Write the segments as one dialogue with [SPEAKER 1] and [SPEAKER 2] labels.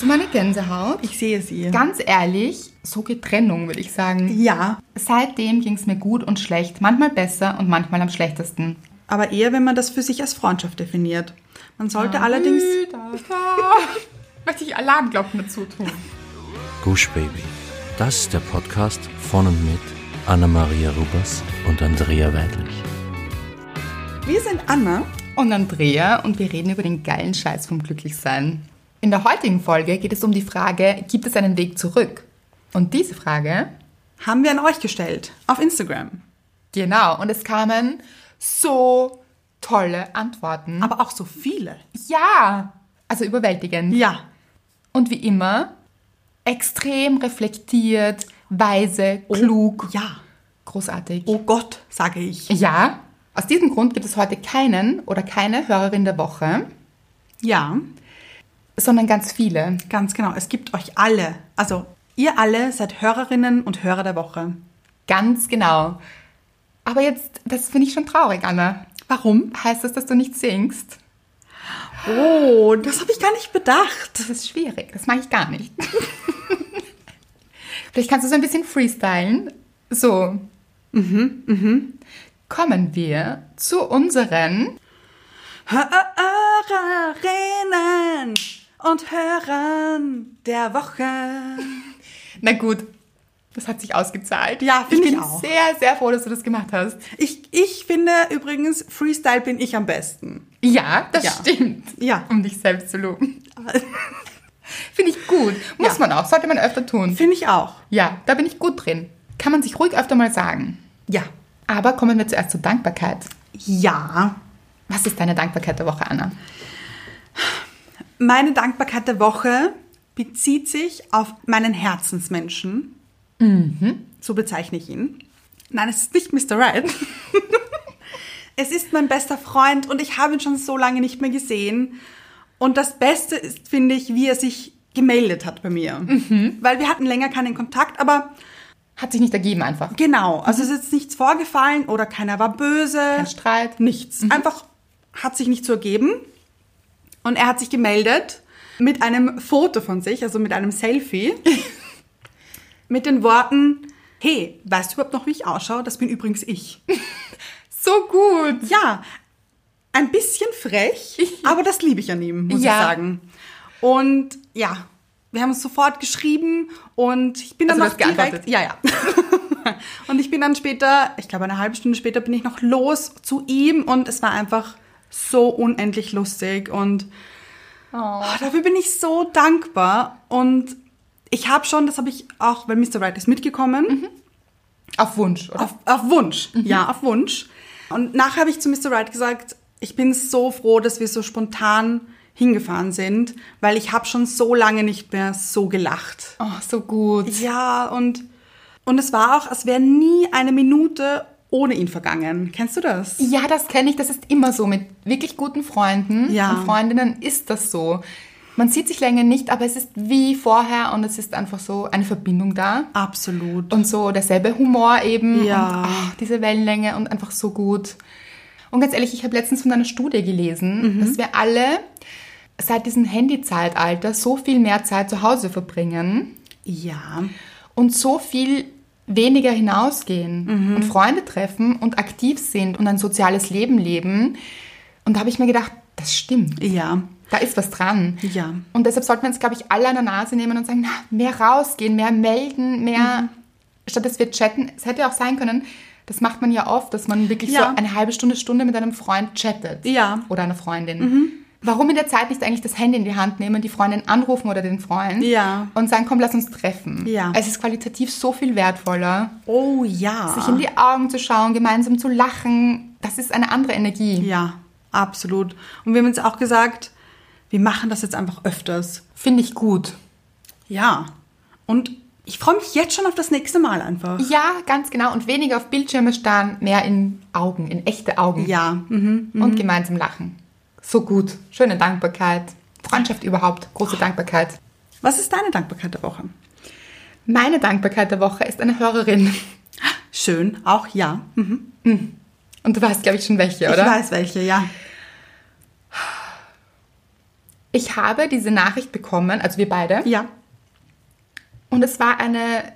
[SPEAKER 1] du meine Gänsehaut?
[SPEAKER 2] Ich sehe sie.
[SPEAKER 1] Ganz ehrlich, so geht Trennung, würde ich sagen.
[SPEAKER 2] Ja,
[SPEAKER 1] Seitdem ging es mir gut und schlecht, manchmal besser und manchmal am schlechtesten.
[SPEAKER 2] aber eher, wenn man das für sich als Freundschaft definiert. Man sollte allerdings
[SPEAKER 1] Möchte ich Alarmglocken dazu tun.
[SPEAKER 3] Gush Baby. Das ist der Podcast von und mit Anna-Maria Rubers und Andrea Weidlich.
[SPEAKER 2] Wir sind Anna.
[SPEAKER 1] Und Andrea und wir reden über den geilen Scheiß vom Glücklichsein. In der heutigen Folge geht es um die Frage, gibt es einen Weg zurück? Und diese Frage,
[SPEAKER 2] Haben wir an euch gestellt. Auf Instagram.
[SPEAKER 1] genau, und es kamen so tolle Antworten.
[SPEAKER 2] Aber auch so viele.
[SPEAKER 1] Ja, also überwältigend.
[SPEAKER 2] Ja.
[SPEAKER 1] Und wie immer, extrem reflektiert, weise, klug,
[SPEAKER 2] Ja.
[SPEAKER 1] großartig.
[SPEAKER 2] Oh Gott, sage ich.
[SPEAKER 1] Ja, aus diesem Grund gibt es heute keinen oder keine Hörerin der Woche,
[SPEAKER 2] Ja,
[SPEAKER 1] sondern ganz viele.
[SPEAKER 2] ganz genau. Es gibt euch alle. Also, ihr alle seid Hörerinnen und Hörer der Woche.
[SPEAKER 1] Ganz genau. Aber jetzt, das finde ich schon traurig, Anna.
[SPEAKER 2] Warum?
[SPEAKER 1] Heißt das, dass du nicht singst?
[SPEAKER 2] Oh, das habe ich gar nicht bedacht.
[SPEAKER 1] Das ist schwierig, das mag ich gar nicht. Vielleicht kannst du so ein bisschen freestylen. So. Kommen wir zu unseren
[SPEAKER 2] Hörerinnen und Hörern der Woche.
[SPEAKER 1] Na gut, das hat sich ausgezahlt.
[SPEAKER 2] Ja,
[SPEAKER 1] ich
[SPEAKER 2] finde
[SPEAKER 1] bin
[SPEAKER 2] ich auch.
[SPEAKER 1] sehr, sehr froh, dass du das gemacht hast.
[SPEAKER 2] Ich, ich finde übrigens, Freestyle bin ich am besten.
[SPEAKER 1] Ja, das
[SPEAKER 2] Ja.
[SPEAKER 1] stimmt.
[SPEAKER 2] Ja.
[SPEAKER 1] Um dich selbst zu loben. Finde ich gut. Muss man auch, sollte man öfter tun.
[SPEAKER 2] Finde ich auch.
[SPEAKER 1] Ja, da bin ich gut drin. Kann man sich ruhig öfter mal sagen.
[SPEAKER 2] Ja.
[SPEAKER 1] Aber kommen wir zuerst zur Dankbarkeit.
[SPEAKER 2] Ja.
[SPEAKER 1] Was ist deine Dankbarkeit der Woche, Anna?
[SPEAKER 2] Meine Dankbarkeit der Woche bezieht sich auf meinen Herzensmenschen. So bezeichne ich ihn. Nein, es ist nicht Mr. Right. es ist mein bester Freund und ich habe ihn schon so lange nicht mehr gesehen. Und das Beste ist, finde ich, wie er sich gemeldet hat bei mir. Weil wir hatten länger keinen Kontakt, aber
[SPEAKER 1] Hat sich nicht ergeben einfach.
[SPEAKER 2] genau. Also es ist jetzt nichts vorgefallen oder keiner war böse.
[SPEAKER 1] Kein Streit.
[SPEAKER 2] Nichts. Einfach hat sich nicht so ergeben. Und er hat sich gemeldet mit einem Foto von sich, also mit einem Selfie. mit den Worten, hey, weißt du überhaupt noch, wie ich ausschaue? Das bin übrigens ich.
[SPEAKER 1] So gut.
[SPEAKER 2] Ja, ein bisschen frech, aber das liebe ich an ihm, muss
[SPEAKER 1] Ja.
[SPEAKER 2] ich sagen. Und ja, wir haben uns sofort geschrieben und ich bin dann
[SPEAKER 1] Also
[SPEAKER 2] noch
[SPEAKER 1] du hast
[SPEAKER 2] direkt.
[SPEAKER 1] geantwortet?
[SPEAKER 2] Ja, ja. und ich bin dann später, ich glaube eine halbe Stunde später, bin ich noch los zu ihm und es war einfach so unendlich lustig und oh, dafür bin ich so dankbar und ich habe schon, das habe ich auch, weil Mr. Wright ist mitgekommen.
[SPEAKER 1] Auf Wunsch, oder?
[SPEAKER 2] Auf, auf Wunsch, ja, auf Wunsch. Und nachher habe ich zu Mr. Wright gesagt, ich bin so froh, dass wir so spontan hingefahren sind, weil ich habe schon so lange nicht mehr so gelacht.
[SPEAKER 1] Oh, so gut.
[SPEAKER 2] Ja, und, und es war auch, als wäre nie eine Minute ohne ihn vergangen. Kennst du das?
[SPEAKER 1] Ja, das kenne ich. Das ist immer so. Mit wirklich guten Freunden
[SPEAKER 2] Ja.
[SPEAKER 1] und Freundinnen ist das so. Man sieht sich länger nicht, aber es ist wie vorher und es ist einfach so eine Verbindung da.
[SPEAKER 2] Absolut.
[SPEAKER 1] Und so derselbe Humor eben.
[SPEAKER 2] Ja.
[SPEAKER 1] Und ach, diese Wellenlänge und einfach so gut. Und ganz ehrlich, ich habe letztens von einer Studie
[SPEAKER 2] Mhm.
[SPEAKER 1] gelesen, dass wir alle seit diesem Handy-Zeitalter so viel mehr Zeit zu Hause verbringen
[SPEAKER 2] ja,
[SPEAKER 1] und so viel weniger hinausgehen und Freunde treffen und aktiv sind und ein soziales Leben leben. Und da habe ich mir gedacht, das stimmt.
[SPEAKER 2] ja,
[SPEAKER 1] Da ist was dran.
[SPEAKER 2] Ja.
[SPEAKER 1] Und deshalb sollten wir uns, glaube ich, alle an der Nase nehmen und sagen, na, mehr rausgehen, mehr melden, mehr,
[SPEAKER 2] Mhm.
[SPEAKER 1] statt dass wir chatten. Es hätte auch sein können, das macht man ja oft, dass man wirklich
[SPEAKER 2] Ja.
[SPEAKER 1] so eine halbe Stunde, Stunde mit einem Freund chattet.
[SPEAKER 2] Ja. Mhm.
[SPEAKER 1] Oder einer Freundin. Warum in der Zeit nicht eigentlich das Handy in die Hand nehmen, die Freundin anrufen oder den Freund
[SPEAKER 2] Ja.
[SPEAKER 1] und sagen, komm, lass uns treffen.
[SPEAKER 2] Ja.
[SPEAKER 1] Es ist qualitativ so viel wertvoller,
[SPEAKER 2] oh ja.
[SPEAKER 1] sich in die Augen zu schauen, gemeinsam zu lachen. Das ist eine andere Energie.
[SPEAKER 2] ja, absolut. Und wir haben uns auch gesagt, wir machen das jetzt einfach öfters.
[SPEAKER 1] Finde ich gut.
[SPEAKER 2] Ja. Und ich freue mich jetzt schon auf das nächste Mal einfach.
[SPEAKER 1] Ja, ganz genau. Und weniger auf Bildschirme starren, mehr in Augen, in echte Augen.
[SPEAKER 2] Ja. Mhm.
[SPEAKER 1] Und gemeinsam lachen. So gut. Schöne Dankbarkeit. Freundschaft überhaupt. Große Dankbarkeit.
[SPEAKER 2] Was ist deine Dankbarkeit der Woche?
[SPEAKER 1] Meine Dankbarkeit der Woche ist eine Hörerin.
[SPEAKER 2] Schön, auch ja. Mhm.
[SPEAKER 1] Und du weißt, glaube ich, schon welche, oder?
[SPEAKER 2] Ich weiß welche, ja.
[SPEAKER 1] Ich habe diese Nachricht bekommen, also wir beide.
[SPEAKER 2] Ja.
[SPEAKER 1] Und es war eine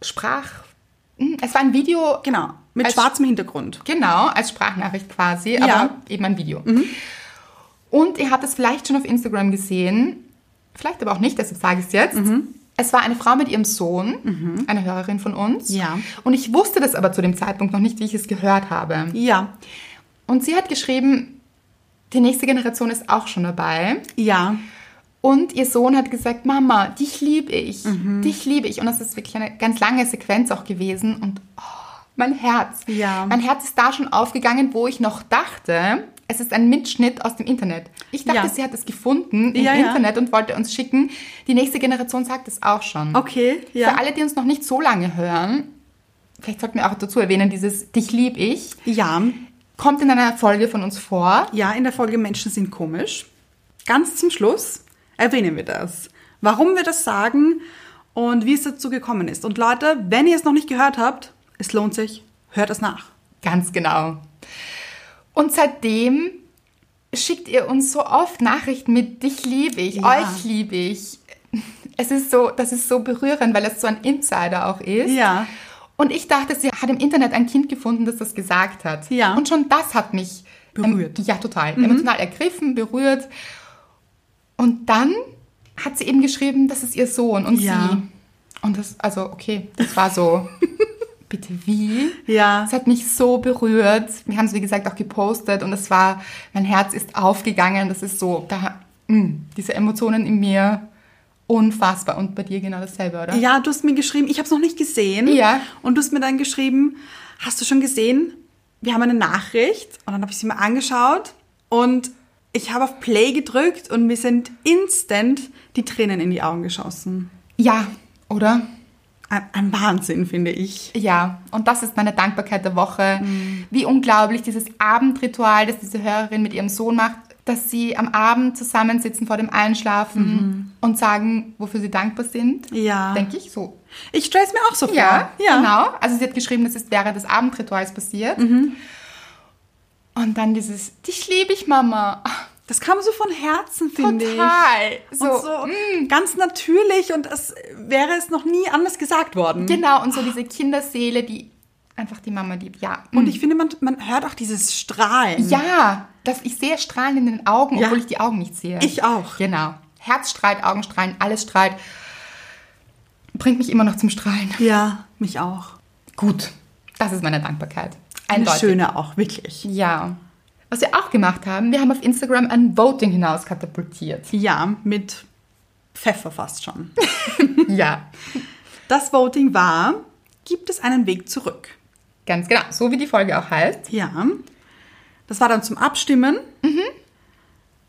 [SPEAKER 1] Sprach... hm, Es war ein Video,
[SPEAKER 2] Genau. Mit
[SPEAKER 1] Als-
[SPEAKER 2] schwarzem Hintergrund.
[SPEAKER 1] genau, als Sprachnachricht quasi, aber eben ein Video.
[SPEAKER 2] Mhm.
[SPEAKER 1] Und ihr habt es vielleicht schon auf Instagram gesehen, vielleicht aber auch nicht, deshalb sage ich es jetzt.
[SPEAKER 2] Mhm.
[SPEAKER 1] Es war eine Frau mit ihrem Sohn, eine Hörerin von uns.
[SPEAKER 2] Ja.
[SPEAKER 1] Und ich wusste das aber zu dem Zeitpunkt noch nicht, wie ich es gehört habe.
[SPEAKER 2] Ja.
[SPEAKER 1] Und sie hat geschrieben, die nächste Generation ist auch schon dabei.
[SPEAKER 2] Ja.
[SPEAKER 1] Und ihr Sohn hat gesagt, Mama, dich liebe ich,
[SPEAKER 2] Mhm.
[SPEAKER 1] dich liebe ich. Und das ist wirklich eine ganz lange Sequenz auch gewesen. Und oh, mein Herz.
[SPEAKER 2] Ja.
[SPEAKER 1] Mein Herz ist da schon aufgegangen, wo ich noch dachte, es ist ein Mitschnitt aus dem Internet. Ich dachte,
[SPEAKER 2] Ja.
[SPEAKER 1] sie hat es gefunden im
[SPEAKER 2] Ja, ja.
[SPEAKER 1] Internet und wollte uns schicken. Die nächste Generation sagt es auch schon.
[SPEAKER 2] Okay. Ja.
[SPEAKER 1] Für alle, die uns noch nicht so lange hören, vielleicht sollten wir auch dazu erwähnen, dieses Dich lieb ich
[SPEAKER 2] Ja.
[SPEAKER 1] kommt in einer Folge von uns vor.
[SPEAKER 2] Ja, in der Folge Menschen sind komisch. Ganz zum Schluss erwähnen wir das. Warum wir das sagen und wie es dazu gekommen ist. Und Leute, wenn ihr es noch nicht gehört habt, es lohnt sich, hört es nach.
[SPEAKER 1] Ganz genau. Und seitdem schickt ihr uns so oft Nachrichten mit Dich liebe ich,
[SPEAKER 2] Ja.
[SPEAKER 1] euch liebe ich. Es ist so, das ist so berührend, weil es so ein Insider auch ist.
[SPEAKER 2] Ja.
[SPEAKER 1] Und ich dachte, sie hat im Internet ein Kind gefunden, das das gesagt hat.
[SPEAKER 2] Ja.
[SPEAKER 1] Und schon das hat mich
[SPEAKER 2] Berührt. Mhm.
[SPEAKER 1] Ähm, ja, total. Emotional ergriffen, berührt. Und dann hat sie eben geschrieben, das ist ihr Sohn und
[SPEAKER 2] Ja.
[SPEAKER 1] sie. Und das, also okay, das war so. Bitte wie?
[SPEAKER 2] Ja.
[SPEAKER 1] Es hat mich so berührt. Wir haben es, wie gesagt, auch gepostet und es war, mein Herz ist aufgegangen. Das ist so, da, mh, diese Emotionen in mir, unfassbar. Und bei dir genau dasselbe, oder?
[SPEAKER 2] Ja, du hast mir geschrieben, ich habe es noch nicht gesehen.
[SPEAKER 1] Ja.
[SPEAKER 2] Und du hast mir dann geschrieben, hast du schon gesehen? Wir haben eine Nachricht. Und dann habe ich sie mir angeschaut und ich habe auf Play gedrückt und mir sind instant die Tränen in die Augen geschossen.
[SPEAKER 1] Ja, oder?
[SPEAKER 2] Ein, ein Wahnsinn, finde ich.
[SPEAKER 1] Ja, und das ist meine Dankbarkeit der Woche.
[SPEAKER 2] Mhm.
[SPEAKER 1] Wie unglaublich dieses Abendritual, das diese Hörerin mit ihrem Sohn macht, dass sie am Abend zusammensitzen vor dem Einschlafen und sagen, wofür sie dankbar sind.
[SPEAKER 2] Mhm. Ja.
[SPEAKER 1] Denke ich so.
[SPEAKER 2] Ich stelle es mir auch so vor.
[SPEAKER 1] Ja,
[SPEAKER 2] ja.
[SPEAKER 1] genau. Also sie hat geschrieben, das ist während des Abendrituals passiert.
[SPEAKER 2] Mhm.
[SPEAKER 1] Und dann dieses, dich liebe ich, Mama.
[SPEAKER 2] Das kam so von Herzen, finde ich.
[SPEAKER 1] Total. So, mm.
[SPEAKER 2] und so ganz natürlich und es wäre es noch nie anders gesagt worden.
[SPEAKER 1] Genau, und so diese Kinderseele, die einfach die Mama liebt. Ja,
[SPEAKER 2] Und ich finde, man, man hört auch dieses Strahlen.
[SPEAKER 1] Ja, das, ich sehe Strahlen in den Augen,
[SPEAKER 2] Ja.
[SPEAKER 1] obwohl ich die Augen nicht sehe.
[SPEAKER 2] Ich auch.
[SPEAKER 1] Genau. Herz strahlt, Augen strahlen, alles strahlt. Bringt mich immer noch zum Strahlen.
[SPEAKER 2] Ja, mich auch.
[SPEAKER 1] Gut, das ist meine Dankbarkeit.
[SPEAKER 2] Eine
[SPEAKER 1] Eindeutig.
[SPEAKER 2] schöne auch, wirklich.
[SPEAKER 1] Ja. Was wir auch gemacht haben, wir haben auf Instagram ein Voting hinaus katapultiert.
[SPEAKER 2] Ja, mit Pfeffer fast schon.
[SPEAKER 1] ja,
[SPEAKER 2] Das Voting war, gibt es einen Weg zurück?
[SPEAKER 1] ganz genau. So wie die Folge auch heißt.
[SPEAKER 2] Ja. Das war dann zum Abstimmen.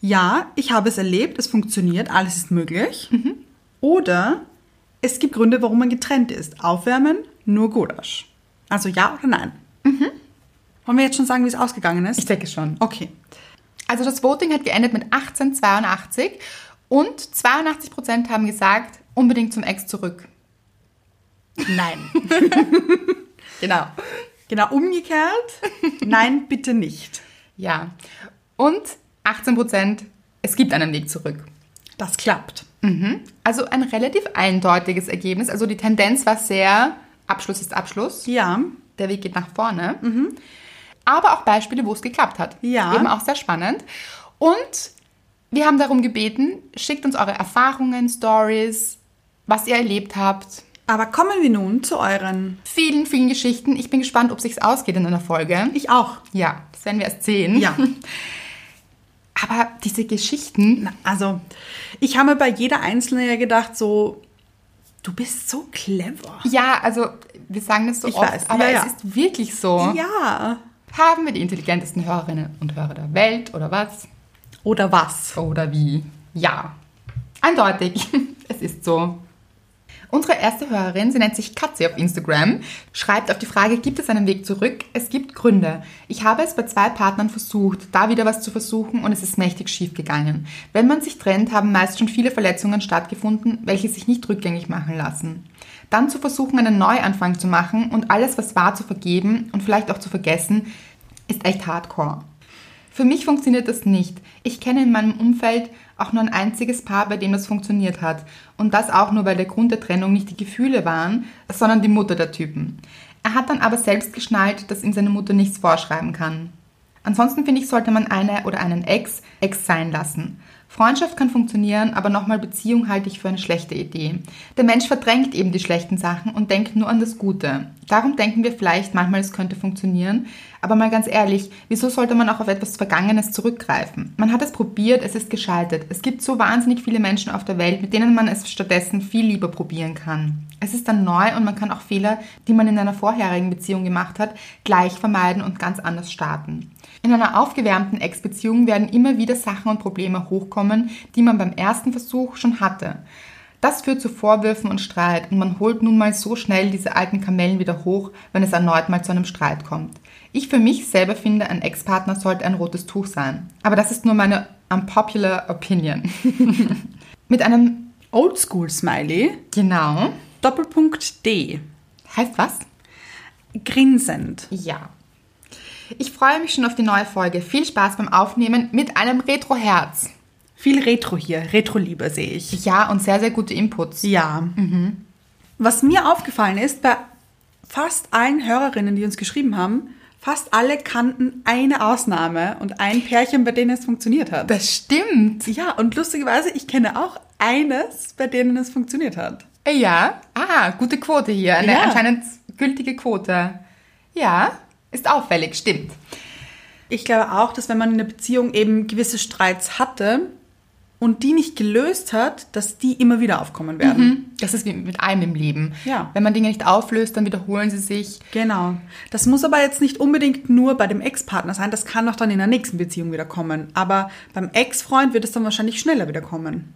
[SPEAKER 2] Ja, ich habe es erlebt, es funktioniert, alles ist möglich. Oder es gibt Gründe, warum man getrennt ist. Aufwärmen, nur Gulasch. Also ja oder nein. Wollen wir jetzt schon sagen, wie es ausgegangen
[SPEAKER 1] Ich
[SPEAKER 2] ist?
[SPEAKER 1] denke schon.
[SPEAKER 2] Okay.
[SPEAKER 1] Also das Voting hat geendet mit 1882 und 82 Prozent haben gesagt, unbedingt zum Ex zurück.
[SPEAKER 2] Nein.
[SPEAKER 1] Genau.
[SPEAKER 2] genau, umgekehrt. Nein, bitte nicht.
[SPEAKER 1] Ja. Und 18 Prozent, es gibt einen Weg zurück.
[SPEAKER 2] Das klappt.
[SPEAKER 1] Also ein relativ eindeutiges Ergebnis. Also die Tendenz war sehr, Abschluss ist Abschluss.
[SPEAKER 2] Ja.
[SPEAKER 1] Der Weg geht nach vorne. Aber auch Beispiele, wo es geklappt hat.
[SPEAKER 2] Mhm. Ja.
[SPEAKER 1] Eben auch sehr spannend. Und wir haben darum gebeten, schickt uns eure Erfahrungen, Stories, was ihr erlebt habt.
[SPEAKER 2] Aber kommen wir nun zu euren.
[SPEAKER 1] Vielen, vielen Geschichten. Ich bin gespannt, ob sich's ausgeht in einer Folge.
[SPEAKER 2] Ich auch.
[SPEAKER 1] Ja, das werden wir erst sehen.
[SPEAKER 2] Ja.
[SPEAKER 1] Aber diese Geschichten,
[SPEAKER 2] Na, also, ich habe mir bei jeder Einzelnen ja gedacht, so, du bist so clever.
[SPEAKER 1] Ja, also wir sagen das so
[SPEAKER 2] Ich
[SPEAKER 1] oft,
[SPEAKER 2] weiß,
[SPEAKER 1] aber
[SPEAKER 2] ja, ja.
[SPEAKER 1] es ist wirklich so.
[SPEAKER 2] Ja.
[SPEAKER 1] Haben wir die intelligentesten Hörerinnen und Hörer der Welt oder was?
[SPEAKER 2] Oder was?
[SPEAKER 1] Oder wie? Ja, eindeutig. Es ist so. Unsere erste Hörerin, sie nennt sich Katze auf Instagram, schreibt auf die Frage, gibt es einen Weg zurück? Es gibt Gründe. Ich habe es bei zwei Partnern versucht, da wieder was zu versuchen und es ist mächtig schief gegangen. Wenn man sich trennt, haben meist schon viele Verletzungen stattgefunden, welche sich nicht rückgängig machen lassen. Dann zu versuchen, einen Neuanfang zu machen und alles, was war, zu vergeben und vielleicht auch zu vergessen, ist echt hardcore. Für mich funktioniert das nicht. Ich kenne in meinem Umfeld auch nur ein einziges Paar, bei dem das funktioniert hat. Und das auch nur, weil der Grund der Trennung nicht die Gefühle waren, sondern die Mutter der Typen. Er hat dann aber selbst geschnallt, dass ihm seine Mutter nichts vorschreiben kann. Ansonsten finde ich, sollte man eine oder einen Ex Ex sein lassen. Freundschaft kann funktionieren, aber nochmal Beziehung halte ich für eine schlechte Idee. Der Mensch verdrängt eben die schlechten Sachen und denkt nur an das Gute. Darum denken wir vielleicht manchmal, es könnte funktionieren, aber mal ganz ehrlich, wieso sollte man auch auf etwas Vergangenes zurückgreifen? Man hat es probiert, es ist gescheitert. Es gibt so wahnsinnig viele Menschen auf der Welt, mit denen man es stattdessen viel lieber probieren kann. Es ist dann neu und man kann auch Fehler, die man in einer vorherigen Beziehung gemacht hat, gleich vermeiden und ganz anders starten. In einer aufgewärmten Ex-Beziehung werden immer wieder Sachen und Probleme hochkommen, die man beim ersten Versuch schon hatte. Das führt zu Vorwürfen und Streit und man holt nun mal so schnell diese alten Kamellen wieder hoch, wenn es erneut mal zu einem Streit kommt. Ich für mich selber finde, ein Ex-Partner sollte ein rotes Tuch sein. Aber das ist nur meine unpopular opinion. Mit einem,
[SPEAKER 2] Oldschool-Smiley,
[SPEAKER 1] genau,
[SPEAKER 2] Doppelpunkt D.
[SPEAKER 1] heißt was?
[SPEAKER 2] Grinsend.
[SPEAKER 1] Ja. Ich freue mich schon auf die neue Folge. Viel Spaß beim Aufnehmen mit einem Retro-Herz.
[SPEAKER 2] Viel Retro hier, Retro-Liebe sehe ich.
[SPEAKER 1] Ja, und sehr, sehr gute Inputs.
[SPEAKER 2] Ja. Was mir aufgefallen ist, bei fast allen Hörerinnen, die uns geschrieben haben, fast alle kannten eine Ausnahme und ein Pärchen, bei denen es funktioniert hat.
[SPEAKER 1] Das stimmt.
[SPEAKER 2] Ja, und lustigerweise, ich kenne auch eines, bei denen es funktioniert hat.
[SPEAKER 1] Ja. Ah, gute Quote hier. Eine
[SPEAKER 2] Ja.
[SPEAKER 1] anscheinend gültige Quote. Ja, ist auffällig, stimmt.
[SPEAKER 2] Ich glaube auch, dass wenn man in der Beziehung eben gewisse Streits hatte und die nicht gelöst hat, dass die immer wieder aufkommen
[SPEAKER 1] Mhm.
[SPEAKER 2] werden.
[SPEAKER 1] Hm, Das ist wie mit allem im Leben.
[SPEAKER 2] Ja.
[SPEAKER 1] Wenn man Dinge nicht auflöst, dann wiederholen sie sich.
[SPEAKER 2] Genau. Das muss aber jetzt nicht unbedingt nur bei dem Ex-Partner sein. Das kann auch dann in der nächsten Beziehung wieder kommen. Aber beim Ex-Freund wird es dann wahrscheinlich schneller wieder kommen.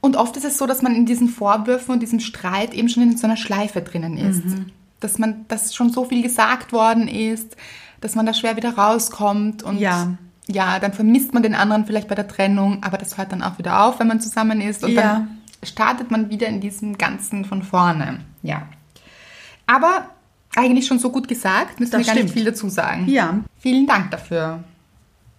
[SPEAKER 1] Und oft ist es so, dass man in diesen Vorwürfen und diesem Streit eben schon in so einer Schleife drinnen ist.
[SPEAKER 2] Mhm.
[SPEAKER 1] Dass man, dass schon so viel gesagt worden ist, dass man da schwer wieder rauskommt und
[SPEAKER 2] Ja.
[SPEAKER 1] ja, dann vermisst man den anderen vielleicht bei der Trennung, aber das hört dann auch wieder auf, wenn man zusammen ist und
[SPEAKER 2] Ja.
[SPEAKER 1] dann startet man wieder in diesem Ganzen von vorne. Ja. Aber eigentlich schon so gut gesagt, müssen
[SPEAKER 2] Das
[SPEAKER 1] wir gar
[SPEAKER 2] stimmt.
[SPEAKER 1] nicht viel dazu sagen.
[SPEAKER 2] Ja.
[SPEAKER 1] Vielen Dank dafür.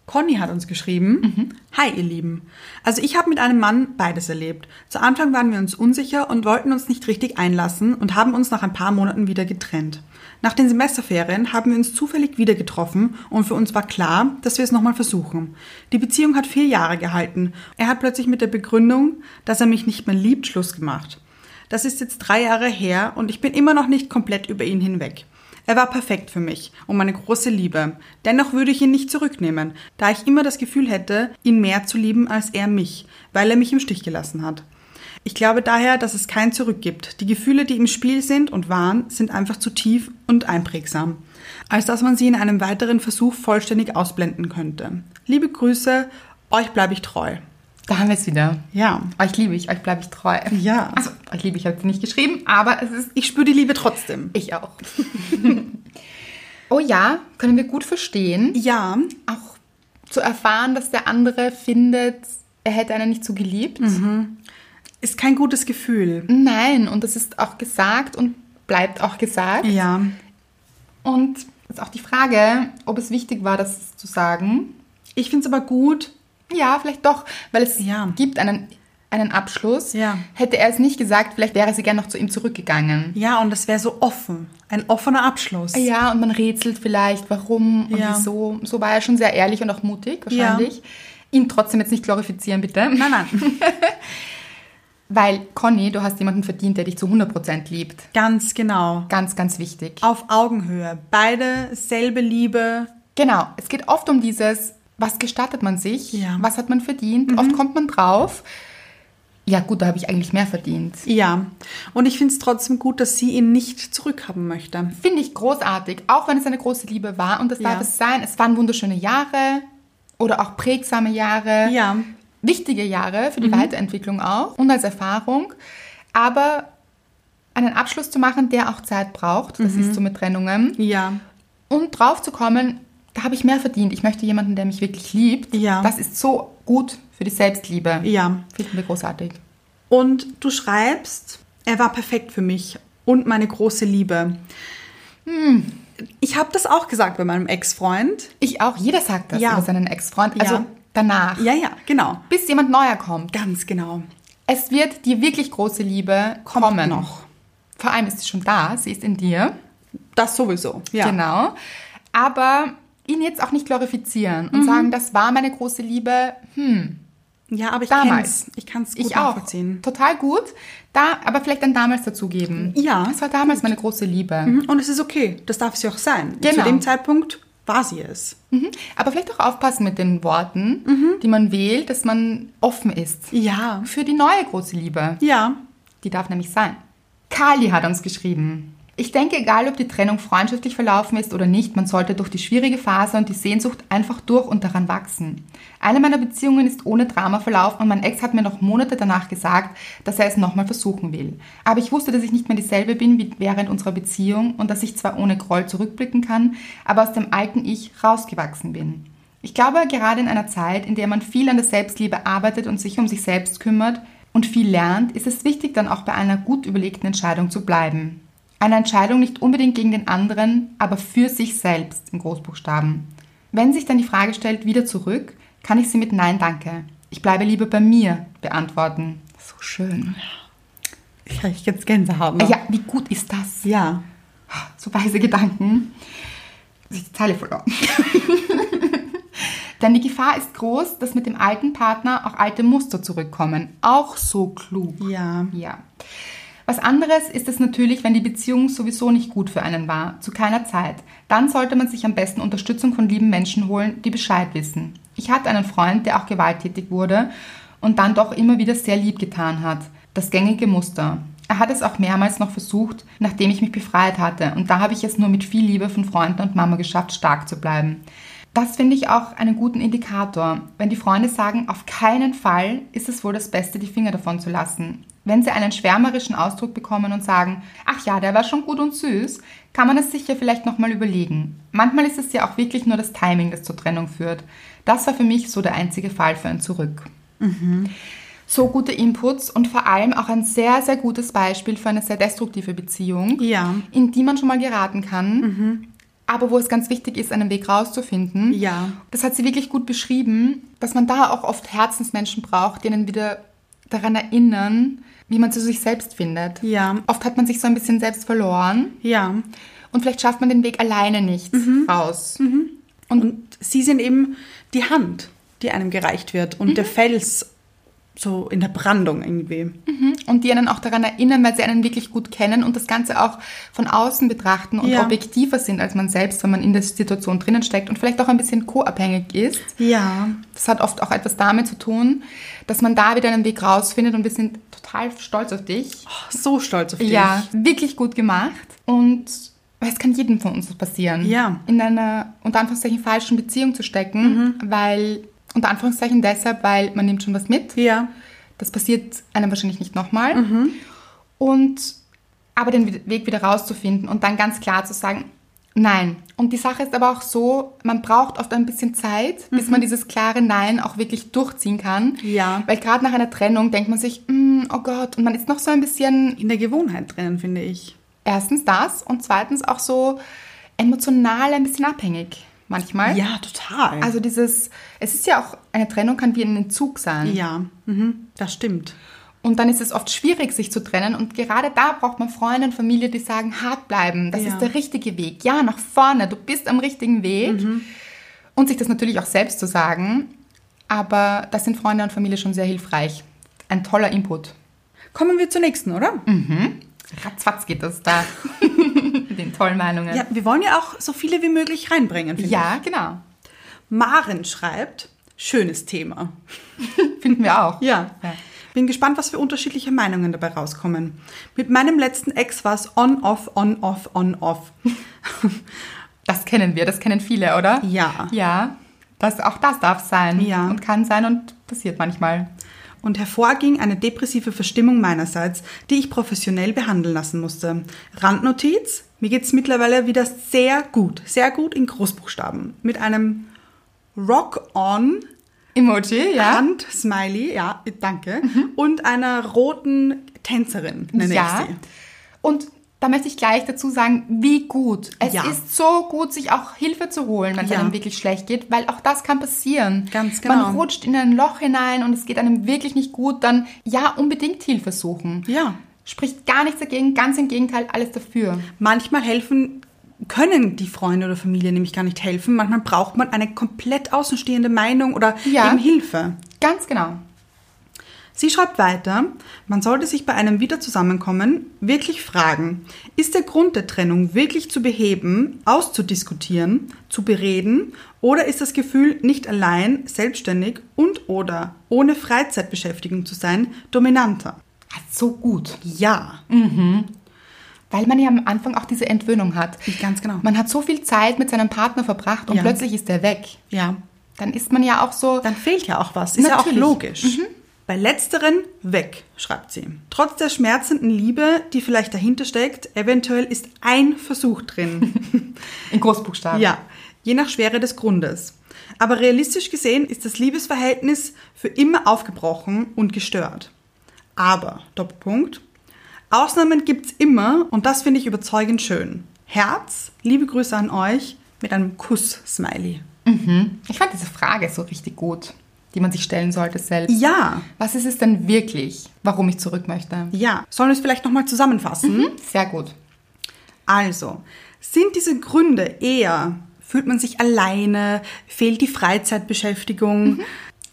[SPEAKER 2] Conny hat uns geschrieben, Hi ihr Lieben. Also ich habe mit einem Mann beides erlebt. Zu Anfang waren wir uns unsicher und wollten uns nicht richtig einlassen und haben uns nach ein paar Monaten wieder getrennt. Nach den Semesterferien haben wir uns zufällig wieder getroffen und für uns war klar, dass wir es nochmal versuchen. Die Beziehung hat vier Jahre gehalten. Er hat plötzlich mit der Begründung, dass er mich nicht mehr liebt, Schluss gemacht. Das ist jetzt drei Jahre her und ich bin immer noch nicht komplett über ihn hinweg. Er war perfekt für mich und meine große Liebe. Dennoch würde ich ihn nicht zurücknehmen, da ich immer das Gefühl hätte, ihn mehr zu lieben als er mich, weil er mich im Stich gelassen hat. Ich glaube daher, dass es kein Zurück gibt. Die Gefühle, die im Spiel sind und waren, sind einfach zu tief und einprägsam, als dass man sie in einem weiteren Versuch vollständig ausblenden könnte. Liebe Grüße, euch bleibe ich treu.
[SPEAKER 1] Da haben wir es wieder.
[SPEAKER 2] Ja.
[SPEAKER 1] Euch liebe ich, euch bleibe ich treu.
[SPEAKER 2] Ja.
[SPEAKER 1] Also, euch liebe ich habe es nicht geschrieben, aber es ist
[SPEAKER 2] Ich spüre die Liebe trotzdem.
[SPEAKER 1] Ich auch. oh ja, können wir gut verstehen.
[SPEAKER 2] Ja,
[SPEAKER 1] Auch zu erfahren, dass der andere findet, er hätte einen nicht so geliebt.
[SPEAKER 2] Mhm. ist kein gutes Gefühl.
[SPEAKER 1] Nein, und das ist auch gesagt und bleibt auch gesagt.
[SPEAKER 2] Ja.
[SPEAKER 1] Und ist auch die Frage, ob es wichtig war, das zu sagen.
[SPEAKER 2] Ich finde es aber gut.
[SPEAKER 1] Ja, vielleicht doch, weil es
[SPEAKER 2] Ja.
[SPEAKER 1] gibt einen, einen Abschluss.
[SPEAKER 2] Ja.
[SPEAKER 1] Hätte er es nicht gesagt, vielleicht wäre sie gern noch zu ihm zurückgegangen.
[SPEAKER 2] Ja, und das wäre so offen. Ein offener Abschluss.
[SPEAKER 1] Ah, Ja, und man rätselt vielleicht, warum und
[SPEAKER 2] Ja.
[SPEAKER 1] wieso. So war er schon sehr ehrlich und auch mutig, wahrscheinlich. Ihn trotzdem jetzt nicht glorifizieren, bitte.
[SPEAKER 2] Nein, nein.
[SPEAKER 1] Weil, Conny, du hast jemanden verdient, der dich zu 100% liebt.
[SPEAKER 2] Ganz genau.
[SPEAKER 1] Ganz, ganz wichtig.
[SPEAKER 2] Auf Augenhöhe. Beide selbe Liebe.
[SPEAKER 1] Genau, es geht oft um dieses, was gestattet man sich,
[SPEAKER 2] Ja. Mhm.
[SPEAKER 1] was hat man verdient. Oft kommt man drauf, ja gut, da habe ich eigentlich mehr verdient.
[SPEAKER 2] Ja. Und ich finde es trotzdem gut, dass sie ihn nicht zurückhaben möchte.
[SPEAKER 1] Finde ich großartig, auch wenn es eine große Liebe war. Und das
[SPEAKER 2] Ja.
[SPEAKER 1] darf es sein. Es waren wunderschöne Jahre oder auch prägsame Jahre.
[SPEAKER 2] Ja. Mhm.
[SPEAKER 1] Wichtige Jahre für die Weiterentwicklung auch und als Erfahrung. Aber einen Abschluss zu machen, der auch Zeit braucht,
[SPEAKER 2] Mhm.
[SPEAKER 1] das ist so mit Trennungen.
[SPEAKER 2] Ja.
[SPEAKER 1] Und drauf zu kommen, da habe ich mehr verdient. Ich möchte jemanden, der mich wirklich liebt.
[SPEAKER 2] Ja.
[SPEAKER 1] Das ist so gut für die Selbstliebe.
[SPEAKER 2] Ja.
[SPEAKER 1] Finden wir großartig.
[SPEAKER 2] Und du schreibst, er war perfekt für mich und meine große Liebe. Hm. Ich habe das auch gesagt bei meinem Ex-Freund.
[SPEAKER 1] Ich auch. Jeder sagt das
[SPEAKER 2] Ja.
[SPEAKER 1] über seinen Ex-Freund. Also
[SPEAKER 2] Ja.
[SPEAKER 1] danach.
[SPEAKER 2] Ja, ja, genau.
[SPEAKER 1] Bis jemand neuer kommt.
[SPEAKER 2] Ganz genau.
[SPEAKER 1] Es wird die wirklich große Liebe
[SPEAKER 2] Kommt
[SPEAKER 1] kommen.
[SPEAKER 2] noch.
[SPEAKER 1] Vor allem ist sie schon da. Sie ist in dir.
[SPEAKER 2] Das sowieso. Ja.
[SPEAKER 1] Genau. Aber ihn jetzt auch nicht glorifizieren
[SPEAKER 2] Mhm.
[SPEAKER 1] und sagen, das war meine große Liebe.
[SPEAKER 2] Ja, aber ich
[SPEAKER 1] Damals.
[SPEAKER 2] kenn's. Ich kann es gut
[SPEAKER 1] Ich auch.
[SPEAKER 2] nachvollziehen.
[SPEAKER 1] Total gut. Da, aber vielleicht dann damals dazugeben.
[SPEAKER 2] Ja. Mhm.
[SPEAKER 1] Das war damals meine große Liebe.
[SPEAKER 2] Und es ist okay. Das darf sie auch sein.
[SPEAKER 1] Genau.
[SPEAKER 2] Zu dem Zeitpunkt war sie es.
[SPEAKER 1] Mhm. Aber vielleicht auch aufpassen mit den Worten, die man wählt, dass man offen ist
[SPEAKER 2] Mhm. Ja.
[SPEAKER 1] für die neue große Liebe.
[SPEAKER 2] Ja.
[SPEAKER 1] Die darf nämlich sein. Kali hat uns geschrieben. Ich denke, egal ob die Trennung freundschaftlich verlaufen ist oder nicht, man sollte durch die schwierige Phase und die Sehnsucht einfach durch und daran wachsen. Eine meiner Beziehungen ist ohne Drama verlaufen und mein Ex hat mir noch Monate danach gesagt, dass er es nochmal versuchen will. Aber ich wusste, dass ich nicht mehr dieselbe bin wie während unserer Beziehung und dass ich zwar ohne Groll zurückblicken kann, aber aus dem alten Ich rausgewachsen bin. Ich glaube, gerade in einer Zeit, in der man viel an der Selbstliebe arbeitet und sich um sich selbst kümmert und viel lernt, ist es wichtig, dann auch bei einer gut überlegten Entscheidung zu bleiben. Eine Entscheidung nicht unbedingt gegen den anderen, aber für sich selbst in Großbuchstaben. Wenn sich dann die Frage stellt, wieder zurück, kann ich sie mit Nein, danke. Ich bleibe lieber bei mir beantworten. So schön.
[SPEAKER 2] Ich kann jetzt Gänsehaut.
[SPEAKER 1] Äh,
[SPEAKER 2] ne?
[SPEAKER 1] Ja, wie gut ist das?
[SPEAKER 2] Ja.
[SPEAKER 1] so weise Gedanken. Sich die Zeile verloren. Denn die Gefahr ist groß, dass mit dem alten Partner auch alte Muster zurückkommen. Auch so klug.
[SPEAKER 2] Ja.
[SPEAKER 1] Ja. Was anderes ist es natürlich, wenn die Beziehung sowieso nicht gut für einen war, zu keiner Zeit. Dann sollte man sich am besten Unterstützung von lieben Menschen holen, die Bescheid wissen. Ich hatte einen Freund, der auch gewalttätig wurde und dann doch immer wieder sehr lieb getan hat. Das gängige Muster. Er hat es auch mehrmals noch versucht, nachdem ich mich befreit hatte. Und da habe ich es nur mit viel Liebe von Freunden und Mama geschafft, stark zu bleiben. Das finde ich auch einen guten Indikator. Wenn die Freunde sagen, auf keinen Fall ist es wohl das Beste, die Finger davon zu lassen. Wenn sie einen schwärmerischen Ausdruck bekommen und sagen, ach ja, der war schon gut und süß, kann man es sicher vielleicht nochmal überlegen. Manchmal ist es ja auch wirklich nur das Timing, das zur Trennung führt. Das war für mich so der einzige Fall für ein Zurück. So gute Inputs und vor allem auch ein sehr, sehr gutes Beispiel für eine sehr destruktive Beziehung,
[SPEAKER 2] Ja.
[SPEAKER 1] in die man schon mal geraten kann, aber wo es ganz wichtig ist, einen Weg rauszufinden.
[SPEAKER 2] Ja.
[SPEAKER 1] Das hat sie wirklich gut beschrieben, dass man da auch oft Herzensmenschen braucht, denen wieder daran erinnern, wie man zu sich selbst findet.
[SPEAKER 2] Ja.
[SPEAKER 1] Oft hat man sich so ein bisschen selbst verloren
[SPEAKER 2] Ja.
[SPEAKER 1] und vielleicht schafft man den Weg alleine nicht raus.
[SPEAKER 2] Mhm. Und sie sind eben die Hand, die einem gereicht wird und der Fels so in der Brandung irgendwie.
[SPEAKER 1] Und die einen auch daran erinnern, weil sie einen wirklich gut kennen und das Ganze auch von außen betrachten und
[SPEAKER 2] Ja.
[SPEAKER 1] objektiver sind als man selbst, wenn man in der Situation drinnen steckt und vielleicht auch ein bisschen co-abhängig ist.
[SPEAKER 2] Ja.
[SPEAKER 1] Das hat oft auch etwas damit zu tun, dass man da wieder einen Weg rausfindet und wir sind total stolz auf dich.
[SPEAKER 2] So stolz auf dich.
[SPEAKER 1] Ja, wirklich gut gemacht und weil es kann jedem von uns passieren.
[SPEAKER 2] Ja. Mhm.
[SPEAKER 1] In einer unter Anführungszeichen falschen Beziehung zu stecken, weil unter Anführungszeichen deshalb, weil man nimmt schon was mit.
[SPEAKER 2] Ja.
[SPEAKER 1] Das passiert einem wahrscheinlich nicht nochmal.
[SPEAKER 2] Mhm.
[SPEAKER 1] Und aber den Wi- Weg wieder rauszufinden und dann ganz klar zu sagen, nein. Und die Sache ist aber auch so, man braucht oft ein bisschen Zeit, bis man dieses klare Nein auch wirklich durchziehen kann.
[SPEAKER 2] Mhm. Ja.
[SPEAKER 1] Weil gerade nach einer Trennung denkt man sich, "Mm, oh Gott, und man ist noch so ein bisschen
[SPEAKER 2] In der Gewohnheit drinnen, finde ich.
[SPEAKER 1] Erstens das und zweitens auch so emotional ein bisschen abhängig manchmal.
[SPEAKER 2] Ja, total.
[SPEAKER 1] Also dieses, es ist ja auch, eine Trennung kann wie ein Entzug sein.
[SPEAKER 2] ja, mhm. das stimmt.
[SPEAKER 1] Und dann ist es oft schwierig, sich zu trennen. Und gerade da braucht man Freunde und Familie, die sagen, hart bleiben, das
[SPEAKER 2] Ja.
[SPEAKER 1] ist der richtige Weg. Ja, nach vorne, du bist am richtigen Weg.
[SPEAKER 2] Mhm.
[SPEAKER 1] Und sich das natürlich auch selbst zu sagen. Aber das sind Freunde und Familie schon sehr hilfreich. Ein toller Input.
[SPEAKER 2] Kommen wir zur nächsten, oder?
[SPEAKER 1] Ratzfatz geht das da. Mit den tollen Meinungen.
[SPEAKER 2] Ja, wir wollen ja auch so viele wie möglich reinbringen. finde
[SPEAKER 1] ja genau.
[SPEAKER 2] ich. Maren schreibt, schönes Thema.
[SPEAKER 1] Finden wir auch.
[SPEAKER 2] Ja.
[SPEAKER 1] Ja.
[SPEAKER 2] Bin gespannt, was für unterschiedliche Meinungen dabei rauskommen. Mit meinem letzten Ex war es on, off, on, off, on, off.
[SPEAKER 1] Das kennen wir, das kennen viele, oder?
[SPEAKER 2] Ja.
[SPEAKER 1] Ja. Das, auch das darf sein.
[SPEAKER 2] Ja.
[SPEAKER 1] Und kann sein und passiert manchmal.
[SPEAKER 2] Und hervorging eine depressive Verstimmung meinerseits, die ich professionell behandeln lassen musste. Randnotiz, mir geht's mittlerweile wieder sehr gut, sehr gut in Großbuchstaben. Mit einem Rock-on
[SPEAKER 1] Emoji, ja. Mhm.
[SPEAKER 2] Hand-Smiley, ja, danke, und einer roten Tänzerin, nenne
[SPEAKER 1] ja.
[SPEAKER 2] ich sie.
[SPEAKER 1] Und Da möchte ich gleich dazu sagen, wie gut. Es
[SPEAKER 2] Ja.
[SPEAKER 1] ist so gut, sich auch Hilfe zu holen, wenn es
[SPEAKER 2] Ja.
[SPEAKER 1] einem wirklich schlecht geht, weil auch das kann passieren.
[SPEAKER 2] Ganz genau.
[SPEAKER 1] Man rutscht in ein Loch hinein und es geht einem wirklich nicht gut, dann ja, unbedingt Hilfe suchen.
[SPEAKER 2] Ja.
[SPEAKER 1] Spricht gar nichts dagegen, ganz im Gegenteil, alles dafür.
[SPEAKER 2] Manchmal helfen können die Freunde oder Familie nämlich gar nicht helfen. Manchmal braucht man eine komplett außenstehende Meinung oder
[SPEAKER 1] Ja.
[SPEAKER 2] eben Hilfe.
[SPEAKER 1] Ganz genau.
[SPEAKER 2] Sie schreibt weiter, man sollte sich bei einem Wiederzusammenkommen wirklich fragen, ist der Grund der Trennung wirklich zu beheben, auszudiskutieren, zu bereden oder ist das Gefühl, nicht allein, selbstständig und oder ohne Freizeitbeschäftigung zu sein, dominanter?
[SPEAKER 1] Ah, So gut.
[SPEAKER 2] Ja,
[SPEAKER 1] Weil man ja am Anfang auch diese Entwöhnung hat.
[SPEAKER 2] ganz genau.
[SPEAKER 1] Man hat so viel Zeit mit seinem Partner verbracht und
[SPEAKER 2] Ja.
[SPEAKER 1] plötzlich ist er weg.
[SPEAKER 2] ja,
[SPEAKER 1] Dann ist man ja auch so.
[SPEAKER 2] dann fehlt ja auch was. Ist
[SPEAKER 1] Natürlich.
[SPEAKER 2] ja auch logisch. Mhm. Bei letzteren weg, schreibt sie. Trotz der schmerzenden Liebe, die vielleicht dahinter steckt, eventuell ist ein Versuch drin.
[SPEAKER 1] In Großbuchstaben.
[SPEAKER 2] Ja, je nach Schwere des Grundes. Aber realistisch gesehen ist das Liebesverhältnis für immer aufgebrochen und gestört. Aber, Doppelpunkt, Ausnahmen gibt's immer und das finde ich überzeugend schön. Herz, liebe Grüße an euch mit einem Kuss-Smiley.
[SPEAKER 1] Ich fand diese Frage so richtig gut, die man sich stellen sollte selbst.
[SPEAKER 2] Ja,
[SPEAKER 1] Was ist es denn wirklich, warum ich zurück möchte? Hm?
[SPEAKER 2] ja. Sollen wir es vielleicht nochmal zusammenfassen?
[SPEAKER 1] Sehr gut.
[SPEAKER 2] Also, sind diese Gründe eher, fühlt man sich alleine, fehlt die Freizeitbeschäftigung,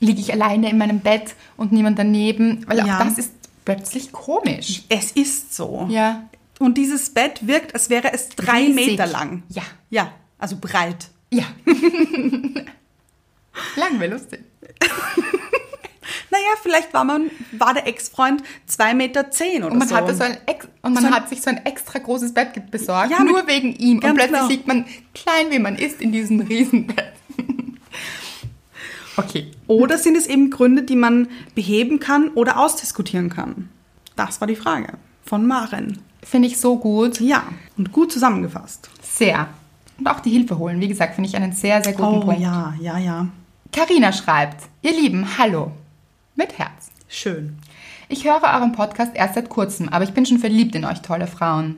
[SPEAKER 1] Liege ich alleine in meinem Bett und niemand daneben? Weil
[SPEAKER 2] Ja.
[SPEAKER 1] auch das ist plötzlich komisch.
[SPEAKER 2] es ist so.
[SPEAKER 1] Ja.
[SPEAKER 2] Und dieses Bett wirkt, als wäre es drei
[SPEAKER 1] Riesig.
[SPEAKER 2] Meter lang.
[SPEAKER 1] Ja.
[SPEAKER 2] Ja, also breit.
[SPEAKER 1] Ja. Lang wäre lustig.
[SPEAKER 2] Naja, vielleicht war, man, war der Ex-Freund zwei Meter zehn oder
[SPEAKER 1] Und man,
[SPEAKER 2] so.
[SPEAKER 1] hatte so ein ex und man
[SPEAKER 2] So ein-
[SPEAKER 1] hat sich so ein extra großes Bett ge- besorgt,
[SPEAKER 2] Ja, mit-
[SPEAKER 1] nur wegen ihm. Und
[SPEAKER 2] ganz
[SPEAKER 1] plötzlich
[SPEAKER 2] genau.
[SPEAKER 1] liegt man klein, wie man ist, in diesem Riesenbett. okay.
[SPEAKER 2] oder sind es eben Gründe, die man beheben kann oder ausdiskutieren kann? Das war die Frage von Maren.
[SPEAKER 1] Finde ich so gut.
[SPEAKER 2] Ja, und gut zusammengefasst.
[SPEAKER 1] Sehr. Und auch die Hilfe holen, wie gesagt, finde ich einen sehr, sehr guten Punkt.
[SPEAKER 2] Oh, ja, ja, ja.
[SPEAKER 1] Carina schreibt, ihr Lieben, hallo. Mit Herz.
[SPEAKER 2] Schön.
[SPEAKER 1] Ich höre euren Podcast erst seit kurzem, aber ich bin schon verliebt in euch, tolle Frauen.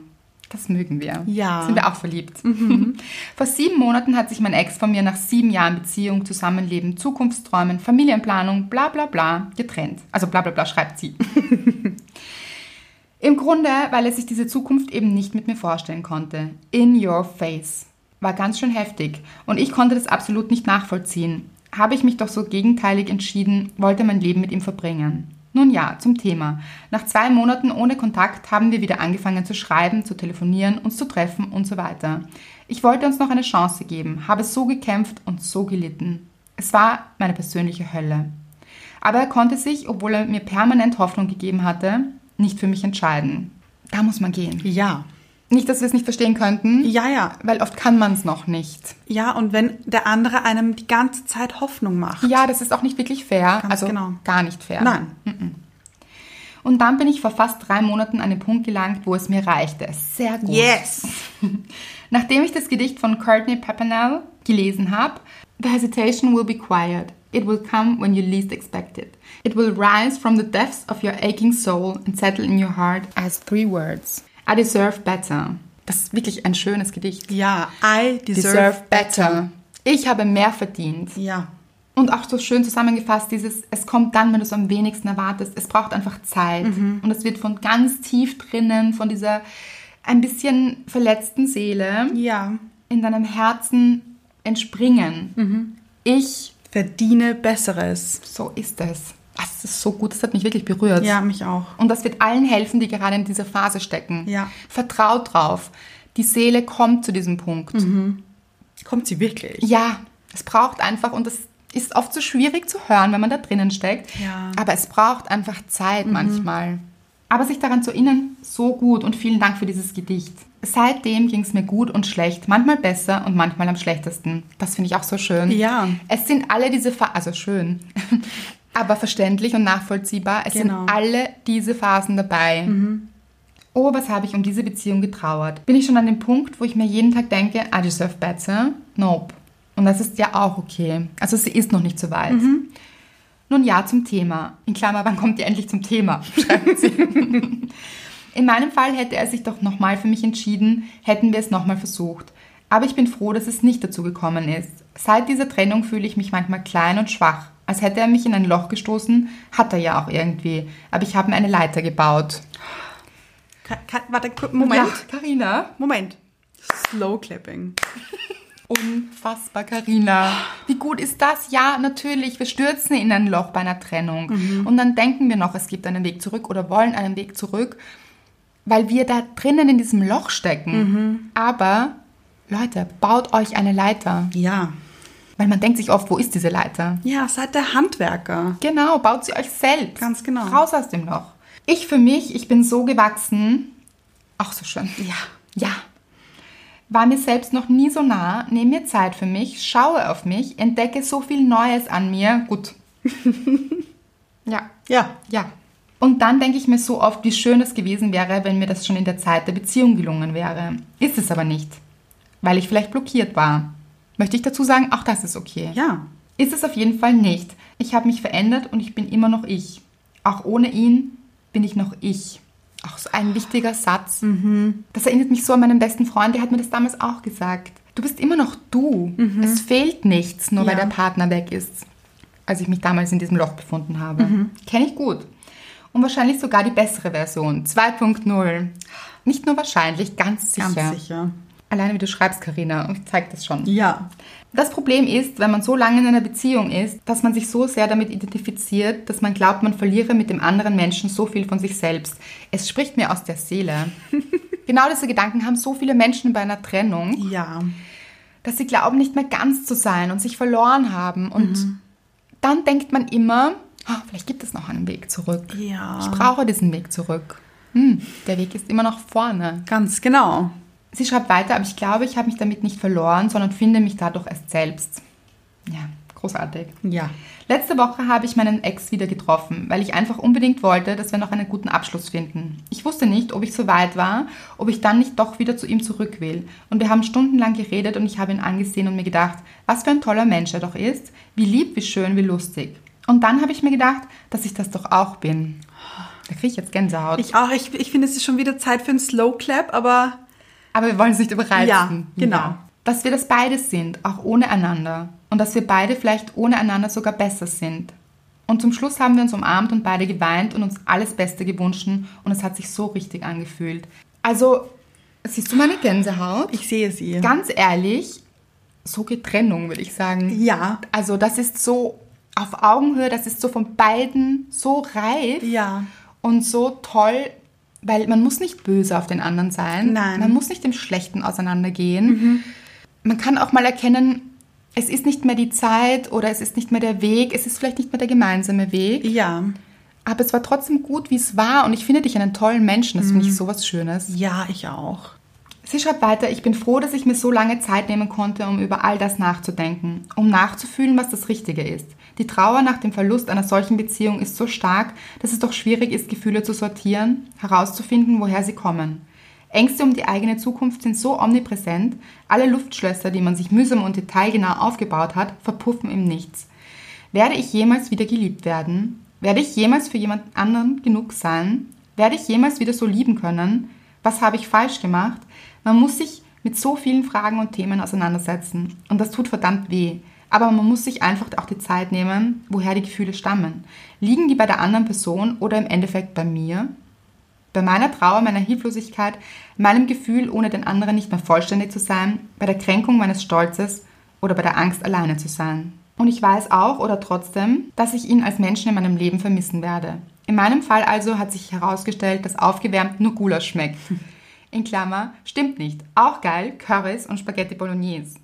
[SPEAKER 1] Das mögen wir.
[SPEAKER 2] Ja. Mhm.
[SPEAKER 1] Sind wir auch verliebt. Vor sieben Monaten hat sich mein Ex von mir nach sieben Jahren Beziehung, Zusammenleben, Zukunftsträumen, Familienplanung, bla bla bla getrennt. Also bla bla bla schreibt sie. Im Grunde, weil er sich diese Zukunft eben nicht mit mir vorstellen konnte. In your face. War ganz schön heftig und ich konnte das absolut nicht nachvollziehen. Habe ich mich doch so gegenteilig entschieden, wollte mein Leben mit ihm verbringen. Nun ja, zum Thema. Nach zwei Monaten ohne Kontakt haben wir wieder angefangen zu schreiben, zu telefonieren, uns zu treffen und so weiter. Ich wollte uns noch eine Chance geben, habe so gekämpft und so gelitten. Es war meine persönliche Hölle. Aber er konnte sich, obwohl er mir permanent Hoffnung gegeben hatte, nicht für mich entscheiden. Da muss man gehen.
[SPEAKER 2] Ja.
[SPEAKER 1] Nicht, dass wir es nicht verstehen könnten,
[SPEAKER 2] Ja, ja.
[SPEAKER 1] weil oft kann man es noch nicht.
[SPEAKER 2] Ja, und wenn der andere einem die ganze Zeit Hoffnung macht.
[SPEAKER 1] Ja, das ist auch nicht wirklich fair.
[SPEAKER 2] Ganz
[SPEAKER 1] also
[SPEAKER 2] genau.
[SPEAKER 1] gar nicht fair.
[SPEAKER 2] Nein.
[SPEAKER 1] Und dann bin ich vor fast drei Monaten an den Punkt gelangt, wo es mir reichte. Sehr gut.
[SPEAKER 2] Yes.
[SPEAKER 1] Nachdem ich das Gedicht von Courtney Papanel gelesen habe, The hesitation will be quiet. It will come when you least expect it. It will rise from the depths of your aching soul and settle in your heart as three words. I deserve better. Das ist wirklich ein schönes Gedicht.
[SPEAKER 2] Ja, I deserve.
[SPEAKER 1] better. Ich habe mehr verdient.
[SPEAKER 2] Ja.
[SPEAKER 1] Und auch so schön zusammengefasst, dieses, es kommt dann, wenn du es am wenigsten erwartest. Es braucht einfach Zeit.
[SPEAKER 2] Mhm.
[SPEAKER 1] Und es wird von ganz tief drinnen, von dieser ein bisschen verletzten Seele
[SPEAKER 2] Ja.
[SPEAKER 1] in deinem Herzen entspringen.
[SPEAKER 2] Mhm.
[SPEAKER 1] Ich,
[SPEAKER 2] Verdiene Besseres.
[SPEAKER 1] so ist es. Das ist so gut, das hat mich wirklich berührt.
[SPEAKER 2] Ja, mich auch.
[SPEAKER 1] Und das wird allen helfen, die gerade in dieser Phase stecken.
[SPEAKER 2] Ja.
[SPEAKER 1] Vertraut drauf. Die Seele kommt zu diesem Punkt.
[SPEAKER 2] Kommt sie wirklich?
[SPEAKER 1] Ja, es braucht einfach, und das ist oft so schwierig zu hören, wenn man da drinnen steckt.
[SPEAKER 2] Ja. Mhm.
[SPEAKER 1] Aber es braucht einfach Zeit manchmal. Aber sich daran zu erinnern, so gut und vielen Dank für dieses Gedicht. Seitdem ging es mir gut und schlecht, manchmal besser und manchmal am schlechtesten. Das finde ich auch so schön.
[SPEAKER 2] Ja.
[SPEAKER 1] Es sind alle diese Phasen, also schön, aber verständlich und nachvollziehbar. Es
[SPEAKER 2] Genau.
[SPEAKER 1] sind alle diese Phasen dabei. Oh, was habe ich um diese Beziehung getrauert? Bin ich schon an dem Punkt, wo ich mir jeden Tag denke, I deserve better? Nope. Und das ist ja auch okay. Also sie ist noch nicht so weit. Nun ja, zum Thema. In Klammer, wann kommt ihr endlich zum Thema? Schreibt sie. In meinem Fall hätte er sich doch nochmal für mich entschieden, hätten wir es nochmal versucht. Aber ich bin froh, dass es nicht dazu gekommen ist. Seit dieser Trennung fühle ich mich manchmal klein und schwach. Als hätte er mich in ein Loch gestoßen, hat er ja auch irgendwie. Aber ich habe mir eine Leiter gebaut.
[SPEAKER 2] Ka- Ka- Warte, ku- Moment.
[SPEAKER 1] Ja, Carina.
[SPEAKER 2] Moment. Slow clapping.
[SPEAKER 1] Unfassbar, Karina. Wie gut ist das? Ja, natürlich. Wir stürzen in ein Loch bei einer Trennung.
[SPEAKER 2] Mhm.
[SPEAKER 1] Und dann denken wir noch, es gibt einen Weg zurück oder wollen einen Weg zurück, weil wir da drinnen in diesem Loch
[SPEAKER 2] Mhm.
[SPEAKER 1] stecken. Aber, Leute, baut euch eine Leiter.
[SPEAKER 2] Ja.
[SPEAKER 1] Weil man denkt sich oft, wo ist diese Leiter?
[SPEAKER 2] Ja, seid der Handwerker.
[SPEAKER 1] Genau, baut sie euch selbst.
[SPEAKER 2] Ganz genau.
[SPEAKER 1] Raus aus dem Loch. Ich für mich, ich bin so gewachsen. Auch so schön.
[SPEAKER 2] Ja.
[SPEAKER 1] Ja. War mir selbst noch nie so nah, nehme mir Zeit für mich, schaue auf mich, entdecke so viel Neues an mir. Gut. ja.
[SPEAKER 2] Ja.
[SPEAKER 1] Ja. Und dann denke ich mir so oft, wie schön es gewesen wäre, wenn mir das schon in der Zeit der Beziehung gelungen wäre. Ist es aber nicht. Weil ich vielleicht blockiert war. Möchte ich dazu sagen, auch das ist okay.
[SPEAKER 2] Ja.
[SPEAKER 1] Ist es auf jeden Fall nicht. Ich habe mich verändert und ich bin immer noch ich. Auch ohne ihn bin ich noch ich. Auch so ein wichtiger Satz.
[SPEAKER 2] Mhm.
[SPEAKER 1] Das erinnert mich so an meinen besten Freund, der hat mir das damals auch gesagt. Du bist immer noch du. Es fehlt nichts, nur weil
[SPEAKER 2] Mhm. Ja.
[SPEAKER 1] der Partner weg ist. Als ich mich damals in diesem Loch befunden habe.
[SPEAKER 2] Mhm.
[SPEAKER 1] Kenne ich gut. Und wahrscheinlich sogar die bessere Version. 2.0. Nicht nur wahrscheinlich, ganz sicher.
[SPEAKER 2] Ganz sicher.
[SPEAKER 1] Alleine wie du schreibst, Karina. Ich zeig das schon.
[SPEAKER 2] Ja.
[SPEAKER 1] Das Problem ist, wenn man so lange in einer Beziehung ist, dass man sich so sehr damit identifiziert, dass man glaubt, man verliere mit dem anderen Menschen so viel von sich selbst. Es spricht mir aus der Seele. genau diese Gedanken haben so viele Menschen bei einer Trennung,
[SPEAKER 2] Ja.
[SPEAKER 1] dass sie glauben, nicht mehr ganz zu sein und sich verloren haben. Und dann denkt man immer, "Ah, vielleicht gibt es noch einen Weg zurück.
[SPEAKER 2] Ja.
[SPEAKER 1] Ich brauche diesen Weg zurück. Hm, der Weg ist immer noch vorne.
[SPEAKER 2] Ganz genau.
[SPEAKER 1] Sie schreibt weiter, aber ich glaube, ich habe mich damit nicht verloren, sondern finde mich dadurch erst selbst. Ja, großartig.
[SPEAKER 2] Ja.
[SPEAKER 1] Letzte Woche habe ich meinen Ex wieder getroffen, weil ich einfach unbedingt wollte, dass wir noch einen guten Abschluss finden. Ich wusste nicht, ob ich so weit war, ob ich dann nicht doch wieder zu ihm zurück will. Und wir haben stundenlang geredet und ich habe ihn angesehen und mir gedacht, was für ein toller Mensch er doch ist, wie lieb, wie schön, wie lustig. Und dann habe ich mir gedacht, dass ich das doch auch bin. Da kriege ich jetzt Gänsehaut.
[SPEAKER 2] Ich auch. Ich, ich finde, es ist schon wieder Zeit für einen Slow Clap, aber
[SPEAKER 1] Aber wir wollen es nicht überreizen.
[SPEAKER 2] Ja, genau.
[SPEAKER 1] Dass wir das beide sind, auch ohne einander. Und dass wir beide vielleicht ohne einander sogar besser sind. Und zum Schluss haben wir uns umarmt und beide geweint und uns alles Beste gewünscht. Und es hat sich so richtig angefühlt. Also, siehst du meine Gänsehaut?
[SPEAKER 2] ich sehe sie.
[SPEAKER 1] Ganz ehrlich, so geht Trennung, würde ich sagen.
[SPEAKER 2] Ja.
[SPEAKER 1] Also, das ist so auf Augenhöhe, das ist so von beiden so reif
[SPEAKER 2] Ja.
[SPEAKER 1] und so toll, weil man muss nicht böse auf den anderen sein.
[SPEAKER 2] Nein. Mhm.
[SPEAKER 1] Man muss nicht dem Schlechten auseinandergehen. Man kann auch mal erkennen, es ist nicht mehr die Zeit oder es ist nicht mehr der Weg, es ist vielleicht nicht mehr der gemeinsame Weg,
[SPEAKER 2] Ja.
[SPEAKER 1] aber es war trotzdem gut, wie es war und ich finde dich einen tollen Menschen, das
[SPEAKER 2] Mhm.
[SPEAKER 1] finde ich sowas Schönes.
[SPEAKER 2] Ja, ich auch.
[SPEAKER 1] Sie schreibt weiter, ich bin froh, dass ich mir so lange Zeit nehmen konnte, um über all das nachzudenken, um nachzufühlen, was das Richtige ist. Die Trauer nach dem Verlust einer solchen Beziehung ist so stark, dass es doch schwierig ist, Gefühle zu sortieren, herauszufinden, woher sie kommen. Ängste um die eigene Zukunft sind so omnipräsent, alle Luftschlösser, die man sich mühsam und detailgenau aufgebaut hat, verpuffen im Nichts. Werde ich jemals wieder geliebt werden? Werde ich jemals für jemand anderen genug sein? Werde ich jemals wieder so lieben können? Was habe ich falsch gemacht? Man muss sich mit so vielen Fragen und Themen auseinandersetzen. Und das tut verdammt weh. Aber man muss sich einfach auch die Zeit nehmen, woher die Gefühle stammen. Liegen die bei der anderen Person oder im Endeffekt bei mir? Bei meiner Trauer, meiner Hilflosigkeit, meinem Gefühl, ohne den anderen nicht mehr vollständig zu sein, bei der Kränkung meines Stolzes oder bei der Angst, alleine zu sein. Und ich weiß auch oder trotzdem, dass ich ihn als Menschen in meinem Leben vermissen werde. In meinem Fall also hat sich herausgestellt, dass aufgewärmt nur Gulasch schmeckt. In Klammer, stimmt nicht. Auch geil, Currys und Spaghetti Bolognese.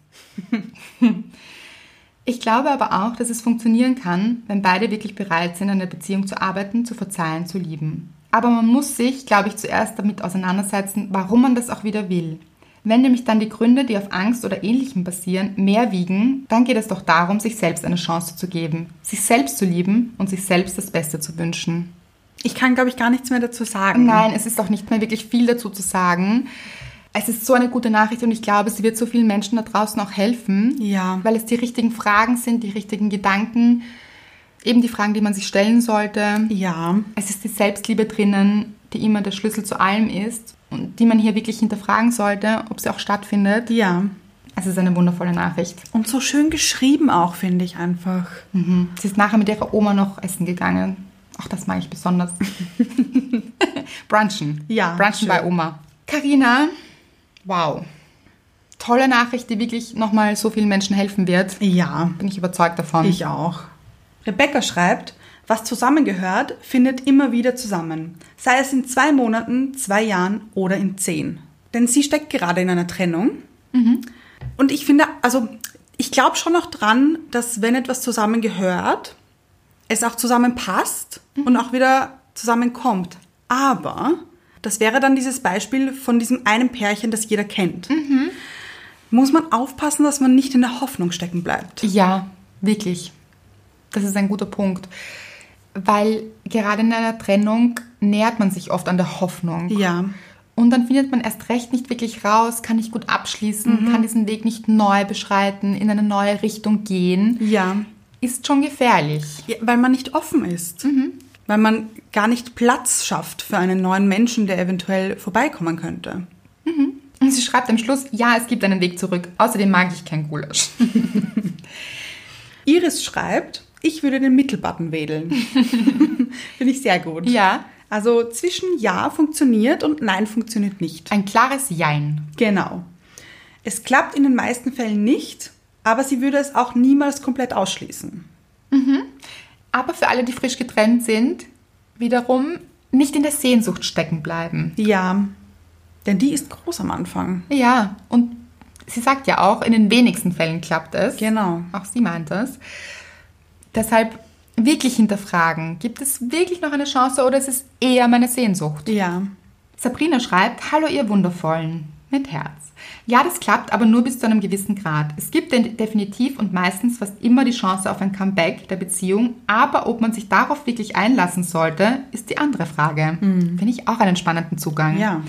[SPEAKER 1] Ich glaube aber auch, dass es funktionieren kann, wenn beide wirklich bereit sind, an der Beziehung zu arbeiten, zu verzeihen, zu lieben. Aber man muss sich, glaube ich, zuerst damit auseinandersetzen, warum man das auch wieder will. Wenn nämlich dann die Gründe, die auf Angst oder Ähnlichem basieren, mehr wiegen, dann geht es doch darum, sich selbst eine Chance zu geben, sich selbst zu lieben und sich selbst das Beste zu wünschen.
[SPEAKER 2] Ich kann, glaube ich, gar nichts mehr dazu sagen.
[SPEAKER 1] Nein, es ist auch nicht mehr wirklich viel dazu zu sagen. Es ist so eine gute Nachricht und ich glaube, sie wird so vielen Menschen da draußen auch helfen.
[SPEAKER 2] Ja.
[SPEAKER 1] Weil es die richtigen Fragen sind, die richtigen Gedanken, eben die Fragen, die man sich stellen sollte.
[SPEAKER 2] Ja.
[SPEAKER 1] Es ist die Selbstliebe drinnen, die immer der Schlüssel zu allem ist und die man hier wirklich hinterfragen sollte, ob sie auch stattfindet.
[SPEAKER 2] Ja.
[SPEAKER 1] Es ist eine wundervolle Nachricht.
[SPEAKER 2] Und so schön geschrieben auch, finde ich einfach.
[SPEAKER 1] Mhm. Sie ist nachher mit ihrer Oma noch essen gegangen. Auch das mag ich besonders. Brunchen.
[SPEAKER 2] Ja,
[SPEAKER 1] Brunchen
[SPEAKER 2] schön.
[SPEAKER 1] bei Oma. Karina, wow. Tolle Nachricht, die wirklich nochmal so vielen Menschen helfen wird.
[SPEAKER 2] Ja.
[SPEAKER 1] Bin ich überzeugt davon.
[SPEAKER 2] Ich auch. Rebecca schreibt, was zusammengehört, findet immer wieder zusammen. Sei es in zwei Monaten, zwei Jahren oder in zehn. Denn sie steckt gerade in einer Trennung. Und ich finde, also ich glaube schon noch dran, dass wenn etwas zusammengehört, es auch zusammenpasst und auch wieder zusammenkommt. Aber das wäre dann dieses Beispiel von diesem einen Pärchen, das jeder kennt. Muss man aufpassen, dass man nicht in der Hoffnung stecken bleibt.
[SPEAKER 1] Ja, wirklich. Das ist ein guter Punkt. Weil gerade in einer Trennung nähert man sich oft an der Hoffnung.
[SPEAKER 2] Ja.
[SPEAKER 1] Und dann findet man erst recht nicht wirklich raus, kann nicht gut abschließen, kann diesen Weg nicht neu beschreiten, in eine neue Richtung gehen.
[SPEAKER 2] Ja.
[SPEAKER 1] Ist schon gefährlich.
[SPEAKER 2] Ja, weil man nicht offen ist. Weil man gar nicht Platz schafft für einen neuen Menschen, der eventuell vorbeikommen könnte.
[SPEAKER 1] Und sie schreibt am Schluss, ja, es gibt einen Weg zurück. Außerdem mag ich kein Gulasch.
[SPEAKER 2] Iris schreibt, ich würde den Mittelbutton wedeln. Finde ich sehr gut.
[SPEAKER 1] Ja.
[SPEAKER 2] Also zwischen Ja funktioniert und Nein funktioniert nicht.
[SPEAKER 1] Ein klares Jein.
[SPEAKER 2] Genau. Es klappt in den meisten Fällen nicht, aber sie würde es auch niemals komplett ausschließen.
[SPEAKER 1] Aber für alle, die frisch getrennt sind, wiederum nicht in der Sehnsucht stecken bleiben.
[SPEAKER 2] Ja. Denn die ist groß am Anfang.
[SPEAKER 1] Ja, und sie sagt ja auch, in den wenigsten Fällen klappt es.
[SPEAKER 2] Genau.
[SPEAKER 1] Auch sie meint es. Deshalb wirklich hinterfragen. Gibt es wirklich noch eine Chance oder ist es eher meine Sehnsucht?
[SPEAKER 2] Ja.
[SPEAKER 1] Sabrina schreibt, hallo ihr Wundervollen, mit Herz. Ja, das klappt, aber nur bis zu einem gewissen Grad. Es gibt denn definitiv und meistens fast immer die Chance auf ein Comeback der Beziehung, aber ob man sich darauf wirklich einlassen sollte, ist die andere Frage. Finde ich auch einen spannenden Zugang.
[SPEAKER 2] Ja.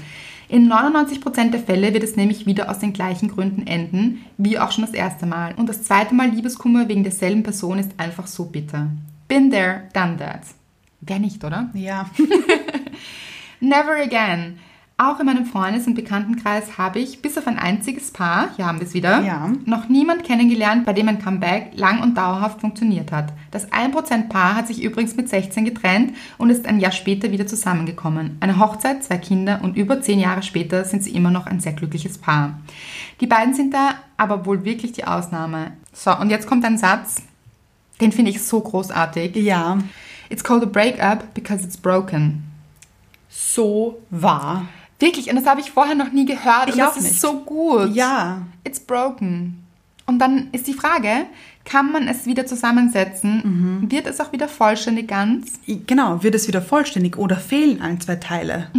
[SPEAKER 1] In 99% der Fälle wird es nämlich wieder aus den gleichen Gründen enden, wie auch schon das erste Mal. Und das zweite Mal Liebeskummer wegen derselben Person ist einfach so bitter. Been there, done that. Wer nicht, oder?
[SPEAKER 2] Ja.
[SPEAKER 1] Never again. Auch in meinem Freundes- und Bekanntenkreis habe ich, bis auf ein einziges Paar, hier haben wir es wieder,
[SPEAKER 2] Ja.
[SPEAKER 1] noch niemand kennengelernt, bei dem ein Comeback lang und dauerhaft funktioniert hat. Das 1%-Paar hat sich übrigens mit 16 getrennt und ist ein Jahr später wieder zusammengekommen. Eine Hochzeit, zwei Kinder und über 10 Jahre später sind sie immer noch ein sehr glückliches Paar. Die beiden sind da aber wohl wirklich die Ausnahme. So, und jetzt kommt ein Satz, den finde ich so großartig.
[SPEAKER 2] Ja.
[SPEAKER 1] It's called a breakup because it's broken.
[SPEAKER 2] So wahr.
[SPEAKER 1] Wirklich, und das habe ich vorher noch nie gehört.
[SPEAKER 2] Ich
[SPEAKER 1] und das
[SPEAKER 2] auch
[SPEAKER 1] ist
[SPEAKER 2] nicht.
[SPEAKER 1] so gut.
[SPEAKER 2] Ja.
[SPEAKER 1] It's broken. Und dann ist die Frage, kann man es wieder zusammensetzen?
[SPEAKER 2] Mhm.
[SPEAKER 1] Wird es auch wieder vollständig ganz?
[SPEAKER 2] Genau, wird es wieder vollständig oder fehlen ein, zwei Teile?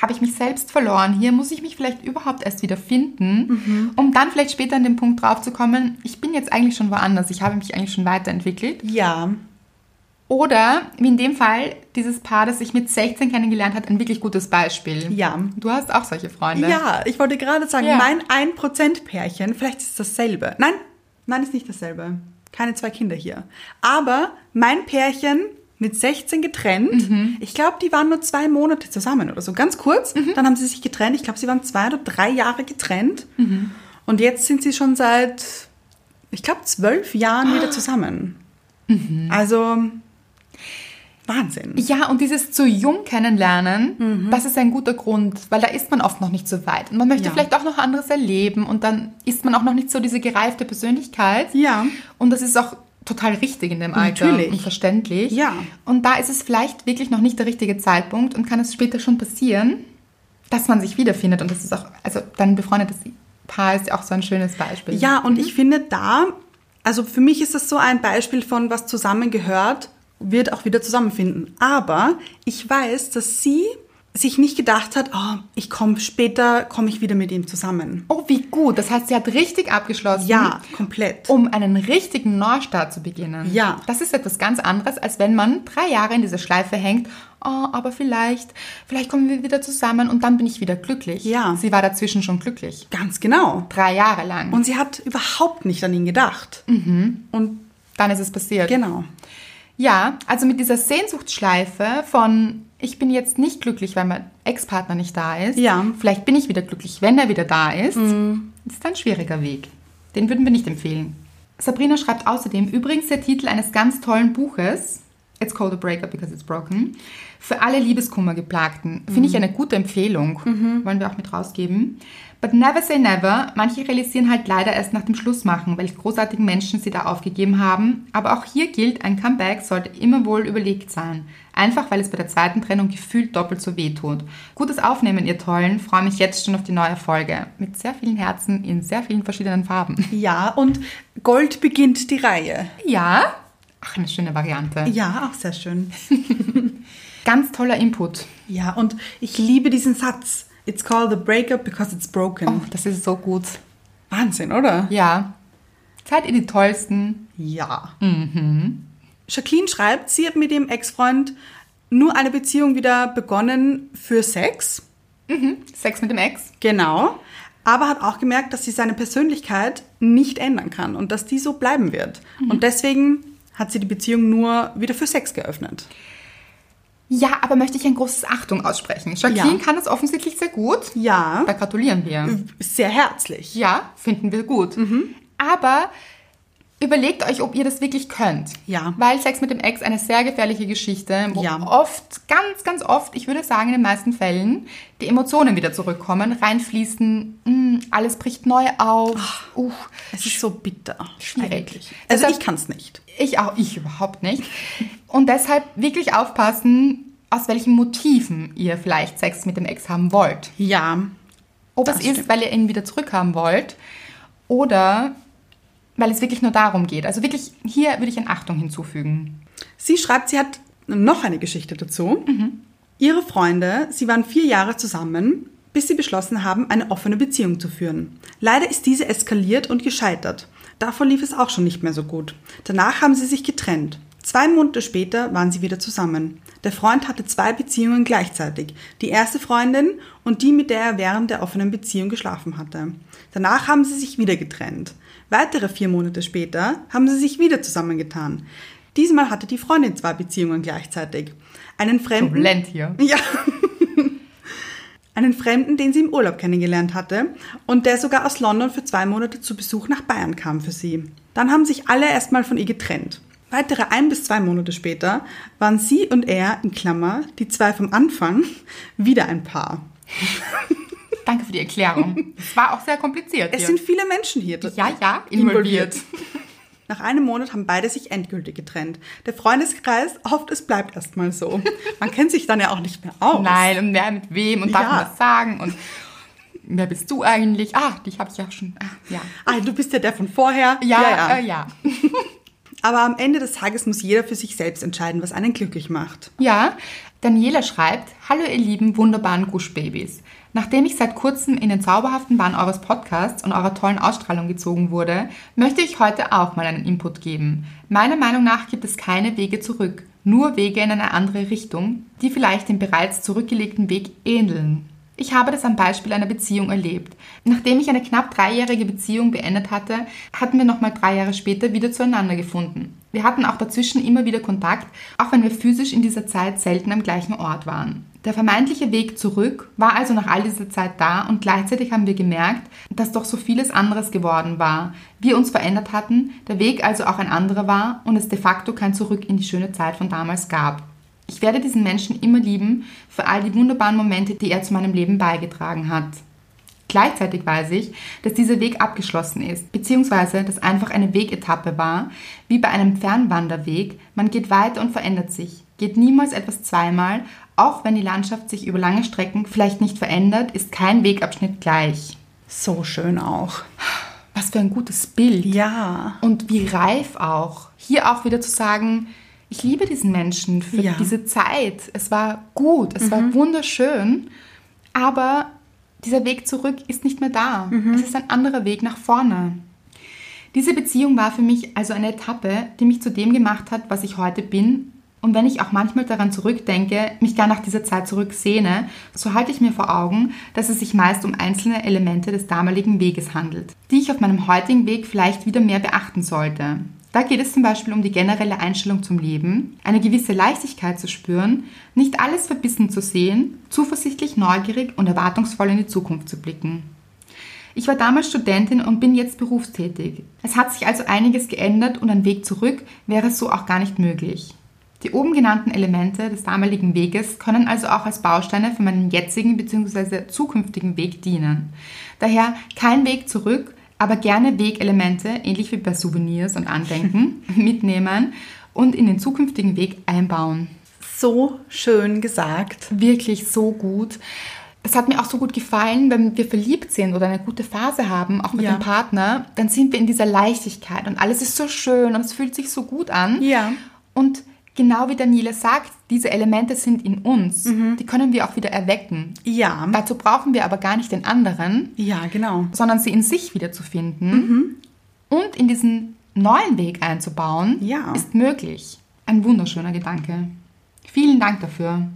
[SPEAKER 1] Habe ich mich selbst verloren? Hier muss ich mich vielleicht überhaupt erst wieder finden,
[SPEAKER 2] Mhm.
[SPEAKER 1] um dann vielleicht später an den Punkt draufzukommen, ich bin jetzt eigentlich schon woanders, ich habe mich eigentlich schon weiterentwickelt.
[SPEAKER 2] Ja,
[SPEAKER 1] Oder, wie in dem Fall, dieses Paar, das sich mit 16 kennengelernt hat, ein wirklich gutes Beispiel.
[SPEAKER 2] Ja.
[SPEAKER 1] Du hast auch solche Freunde.
[SPEAKER 2] ja, ich wollte gerade sagen,
[SPEAKER 1] Ne? Ja.
[SPEAKER 2] mein 1%-Pärchen, vielleicht ist es dasselbe. Nein, nein, ist nicht dasselbe. Keine zwei Kinder hier. Aber mein Pärchen mit 16 getrennt, ich glaube, die waren nur zwei Monate zusammen oder so, ganz kurz. Dann haben sie sich getrennt. Ich glaube, sie waren zwei oder drei Jahre getrennt. Und jetzt sind sie schon seit, ich glaube, zwölf Jahren wieder zusammen. Also, Wahnsinn.
[SPEAKER 1] Ja, und dieses zu jung kennenlernen, das ist ein guter Grund, weil da ist man oft noch nicht so weit. Und man möchte
[SPEAKER 2] Mhm. Ja.
[SPEAKER 1] vielleicht auch noch anderes erleben und dann ist man auch noch nicht so diese gereifte Persönlichkeit.
[SPEAKER 2] Ja.
[SPEAKER 1] Und das ist auch total richtig in dem Alter
[SPEAKER 2] Natürlich.
[SPEAKER 1] und verständlich.
[SPEAKER 2] Ja.
[SPEAKER 1] Und da ist es vielleicht wirklich noch nicht der richtige Zeitpunkt und kann es später schon passieren, dass man sich wiederfindet. Und das ist auch, also dann befreundetes Paar ist ja auch so ein schönes Beispiel.
[SPEAKER 2] Ja, und ich finde da, also für mich ist das so ein Beispiel von, was zusammengehört, wird auch wieder zusammenfinden. Aber ich weiß, dass sie sich nicht gedacht hat, oh, ich komme später, komme ich wieder mit ihm zusammen.
[SPEAKER 1] Oh, wie gut. Das heißt, sie hat richtig abgeschlossen.
[SPEAKER 2] Ja, komplett.
[SPEAKER 1] um einen richtigen Neustart zu beginnen.
[SPEAKER 2] Ja.
[SPEAKER 1] Das ist etwas ganz anderes, als wenn man drei Jahre in dieser Schleife hängt. Oh, aber vielleicht, vielleicht kommen wir wieder zusammen und dann bin ich wieder glücklich.
[SPEAKER 2] Ja.
[SPEAKER 1] Sie war dazwischen schon glücklich.
[SPEAKER 2] Ganz genau.
[SPEAKER 1] Drei Jahre lang.
[SPEAKER 2] Und sie hat überhaupt nicht an ihn gedacht. Und
[SPEAKER 1] dann ist es passiert.
[SPEAKER 2] genau.
[SPEAKER 1] Ja, also mit dieser Sehnsuchtsschleife von ich bin jetzt nicht glücklich, weil mein Ex-Partner nicht da ist.
[SPEAKER 2] Ja.
[SPEAKER 1] Vielleicht bin ich wieder glücklich, wenn er wieder da ist. Ist ein schwieriger Weg. Den würden wir nicht empfehlen. Sabrina schreibt außerdem übrigens der Titel eines ganz tollen Buches. It's called a breakup because it's broken. Für alle Liebeskummergeplagten. Finde ich eine gute Empfehlung. Wollen wir auch mit rausgeben. But never say never. Manche realisieren halt leider erst nach dem Schluss machen, welche großartigen Menschen sie da aufgegeben haben. Aber auch hier gilt, ein Comeback sollte immer wohl überlegt sein. Einfach weil es bei der zweiten Trennung gefühlt doppelt so weh tut. Gutes Aufnehmen, ihr Tollen. Freue mich jetzt schon auf die neue Folge. Mit sehr vielen Herzen in sehr vielen verschiedenen Farben.
[SPEAKER 2] Ja, und Gold beginnt die Reihe.
[SPEAKER 1] Ja? Ach, eine schöne Variante.
[SPEAKER 2] Ja, auch sehr schön.
[SPEAKER 1] Ganz toller Input.
[SPEAKER 2] Ja, und ich liebe diesen Satz. It's called a breakup because it's broken.
[SPEAKER 1] Oh, das ist so gut.
[SPEAKER 2] Wahnsinn, oder?
[SPEAKER 1] Ja. Seid ihr die Tollsten?
[SPEAKER 2] Ja. Mhm. Jacqueline schreibt, sie hat mit ihrem Ex-Freund nur eine Beziehung wieder begonnen für Sex.
[SPEAKER 1] Sex mit dem Ex?
[SPEAKER 2] Genau. Aber hat auch gemerkt, dass sie seine Persönlichkeit nicht ändern kann und dass die so bleiben wird. Und deswegen hat sie die Beziehung nur wieder für Sex geöffnet.
[SPEAKER 1] Ja, aber möchte ich ein großes Achtung aussprechen. Jacqueline
[SPEAKER 2] Ja.
[SPEAKER 1] kann das offensichtlich sehr gut.
[SPEAKER 2] Ja.
[SPEAKER 1] Da gratulieren wir.
[SPEAKER 2] Sehr herzlich.
[SPEAKER 1] Ja, finden wir gut.
[SPEAKER 2] Mhm.
[SPEAKER 1] Aber überlegt euch, ob ihr das wirklich könnt.
[SPEAKER 2] Ja.
[SPEAKER 1] Weil Sex mit dem Ex eine sehr gefährliche Geschichte, wo
[SPEAKER 2] Ja.
[SPEAKER 1] oft, ganz, ganz oft, ich würde sagen in den meisten Fällen, die Emotionen wieder zurückkommen, reinfließen, mh, alles bricht neu auf. Uff.
[SPEAKER 2] Es ist so bitter.
[SPEAKER 1] Schwierig.
[SPEAKER 2] eigentlich. Also
[SPEAKER 1] Deshalb-
[SPEAKER 2] ich kann es nicht.
[SPEAKER 1] Ich auch, ich überhaupt nicht. Und deshalb wirklich aufpassen, aus welchen Motiven ihr vielleicht Sex mit dem Ex haben wollt.
[SPEAKER 2] Ja.
[SPEAKER 1] Ob
[SPEAKER 2] Das
[SPEAKER 1] es ist,
[SPEAKER 2] Ah, stimmt.
[SPEAKER 1] weil ihr ihn wieder zurückhaben wollt oder weil es wirklich nur darum geht. Also wirklich, hier würde ich eine Achtung hinzufügen.
[SPEAKER 2] Mhm. Sie schreibt, sie hat noch eine Geschichte dazu. Ihre Freunde, sie waren vier Jahre zusammen, bis sie beschlossen haben, eine offene Beziehung zu führen. Leider ist diese eskaliert und gescheitert. Davor lief es auch schon nicht mehr so gut. Danach haben sie sich getrennt. Zwei Monate später waren sie wieder zusammen. Der Freund hatte zwei Beziehungen gleichzeitig. Die erste Freundin und die, mit der er während der offenen Beziehung geschlafen hatte. Danach haben sie sich wieder getrennt. Weitere vier Monate später haben sie sich wieder zusammengetan. Diesmal hatte die Freundin zwei Beziehungen gleichzeitig. Einen Fremden.
[SPEAKER 1] Turbulent hier.
[SPEAKER 2] Ja. Einen Fremden, den sie im Urlaub kennengelernt hatte und der sogar aus London für zwei Monate zu Besuch nach Bayern kam für sie. Dann haben sich alle erstmal von ihr getrennt. Weitere ein bis zwei Monate später waren sie und er, in Klammer, die zwei vom Anfang, wieder ein Paar.
[SPEAKER 1] Danke für die Erklärung. es war auch sehr kompliziert.
[SPEAKER 2] Es
[SPEAKER 1] hier.
[SPEAKER 2] sind viele Menschen hier.
[SPEAKER 1] ja, ja, involviert.
[SPEAKER 2] Nach einem Monat haben beide sich endgültig getrennt. Der Freundeskreis hofft, es bleibt erstmal so. Man kennt sich dann ja auch nicht mehr aus.
[SPEAKER 1] Nein, und wer mit wem und darf
[SPEAKER 2] Ja.
[SPEAKER 1] man was sagen und wer bist du eigentlich? Ah, dich habe ich ja schon. Ah, ja.
[SPEAKER 2] Ah, du bist ja der von vorher.
[SPEAKER 1] Ja, ja. Äh, ja.
[SPEAKER 2] Aber am Ende des Tages muss jeder für sich selbst entscheiden, was einen glücklich macht.
[SPEAKER 1] Ja, Daniela schreibt, Hallo ihr lieben wunderbaren Guschbabys. Nachdem ich seit kurzem in den zauberhaften Bann eures Podcasts und eurer tollen Ausstrahlung gezogen wurde, möchte ich heute auch mal einen Input geben. Meiner Meinung nach gibt es keine Wege zurück, nur Wege in eine andere Richtung, die vielleicht dem bereits zurückgelegten Weg ähneln. Ich habe das am Beispiel einer Beziehung erlebt. Nachdem ich eine knapp dreijährige Beziehung beendet hatte, hatten wir nochmal drei Jahre später wieder zueinander gefunden. Wir hatten auch dazwischen immer wieder Kontakt, auch wenn wir physisch in dieser Zeit selten am gleichen Ort waren. Der vermeintliche Weg zurück war also nach all dieser Zeit da und gleichzeitig haben wir gemerkt, dass doch so vieles anderes geworden war. Wir uns verändert hatten, der Weg also auch ein anderer war und es de facto kein Zurück in die schöne Zeit von damals gab. Ich werde diesen Menschen immer lieben für all die wunderbaren Momente, die er zu meinem Leben beigetragen hat. Gleichzeitig weiß ich, dass dieser Weg abgeschlossen ist, beziehungsweise dass einfach eine Wegetappe war, wie bei einem Fernwanderweg. Man geht weiter und verändert sich, geht niemals etwas zweimal, auch wenn die Landschaft sich über lange Strecken vielleicht nicht verändert, ist kein Wegabschnitt gleich.
[SPEAKER 2] So schön auch.
[SPEAKER 1] Was für ein gutes Bild.
[SPEAKER 2] Ja.
[SPEAKER 1] Und wie reif auch. Hier auch wieder zu sagen, ich liebe diesen Menschen für
[SPEAKER 2] Ja.
[SPEAKER 1] diese Zeit. Es war gut, es war wunderschön, aber dieser Weg zurück ist nicht mehr da. Es ist ein anderer Weg nach vorne. Diese Beziehung war für mich also eine Etappe, die mich zu dem gemacht hat, was ich heute bin. Und wenn ich auch manchmal daran zurückdenke, mich gar nach dieser Zeit zurücksehne, so halte ich mir vor Augen, dass es sich meist um einzelne Elemente des damaligen Weges handelt, die ich auf meinem heutigen Weg vielleicht wieder mehr beachten sollte. Da geht es zum Beispiel um die generelle Einstellung zum Leben, eine gewisse Leichtigkeit zu spüren, nicht alles verbissen zu sehen, zuversichtlich, neugierig und erwartungsvoll in die Zukunft zu blicken. Ich war damals Studentin und bin jetzt berufstätig. Es hat sich also einiges geändert und ein Weg zurück wäre so auch gar nicht möglich. Die oben genannten Elemente des damaligen Weges können also auch als Bausteine für meinen jetzigen bzw. zukünftigen Weg dienen. Daher kein Weg zurück, aber gerne Wegelemente, ähnlich wie bei Souvenirs und Andenken, mitnehmen und in den zukünftigen Weg einbauen.
[SPEAKER 2] So schön gesagt.
[SPEAKER 1] Wirklich so gut. Das hat mir auch so gut gefallen, wenn wir verliebt sind oder eine gute Phase haben, auch mit
[SPEAKER 2] Ja.
[SPEAKER 1] dem Partner, dann sind wir in dieser Leichtigkeit und alles ist so schön und es fühlt sich so gut an.
[SPEAKER 2] Ja.
[SPEAKER 1] Und genau wie Daniela sagt, diese Elemente sind in uns. Die können wir auch wieder erwecken.
[SPEAKER 2] Mhm. Ja.
[SPEAKER 1] Dazu brauchen wir aber gar nicht den anderen,
[SPEAKER 2] Ja, genau.
[SPEAKER 1] sondern sie in sich
[SPEAKER 2] Mhm.
[SPEAKER 1] wiederzufinden und in diesen neuen Weg einzubauen,
[SPEAKER 2] Ja.
[SPEAKER 1] ist möglich. Ein wunderschöner Gedanke. Vielen Dank dafür.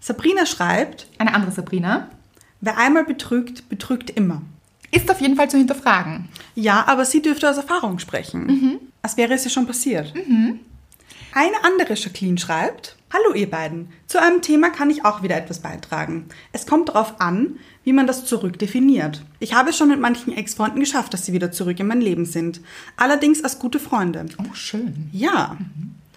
[SPEAKER 2] Sabrina schreibt,
[SPEAKER 1] Eine andere Sabrina.
[SPEAKER 2] wer einmal betrügt, betrügt immer.
[SPEAKER 1] Ist auf jeden Fall zu hinterfragen.
[SPEAKER 2] Ja, aber sie dürfte aus Erfahrung sprechen. Als wäre es ja schon passiert. Eine andere Jacqueline schreibt, Hallo ihr beiden, zu einem Thema kann ich auch wieder etwas beitragen. Es kommt darauf an, wie man das zurück definiert. Ich habe es schon mit manchen Ex-Freunden geschafft, dass sie wieder zurück in mein Leben sind. Allerdings als gute Freunde.
[SPEAKER 1] Oh, schön.
[SPEAKER 2] Ja.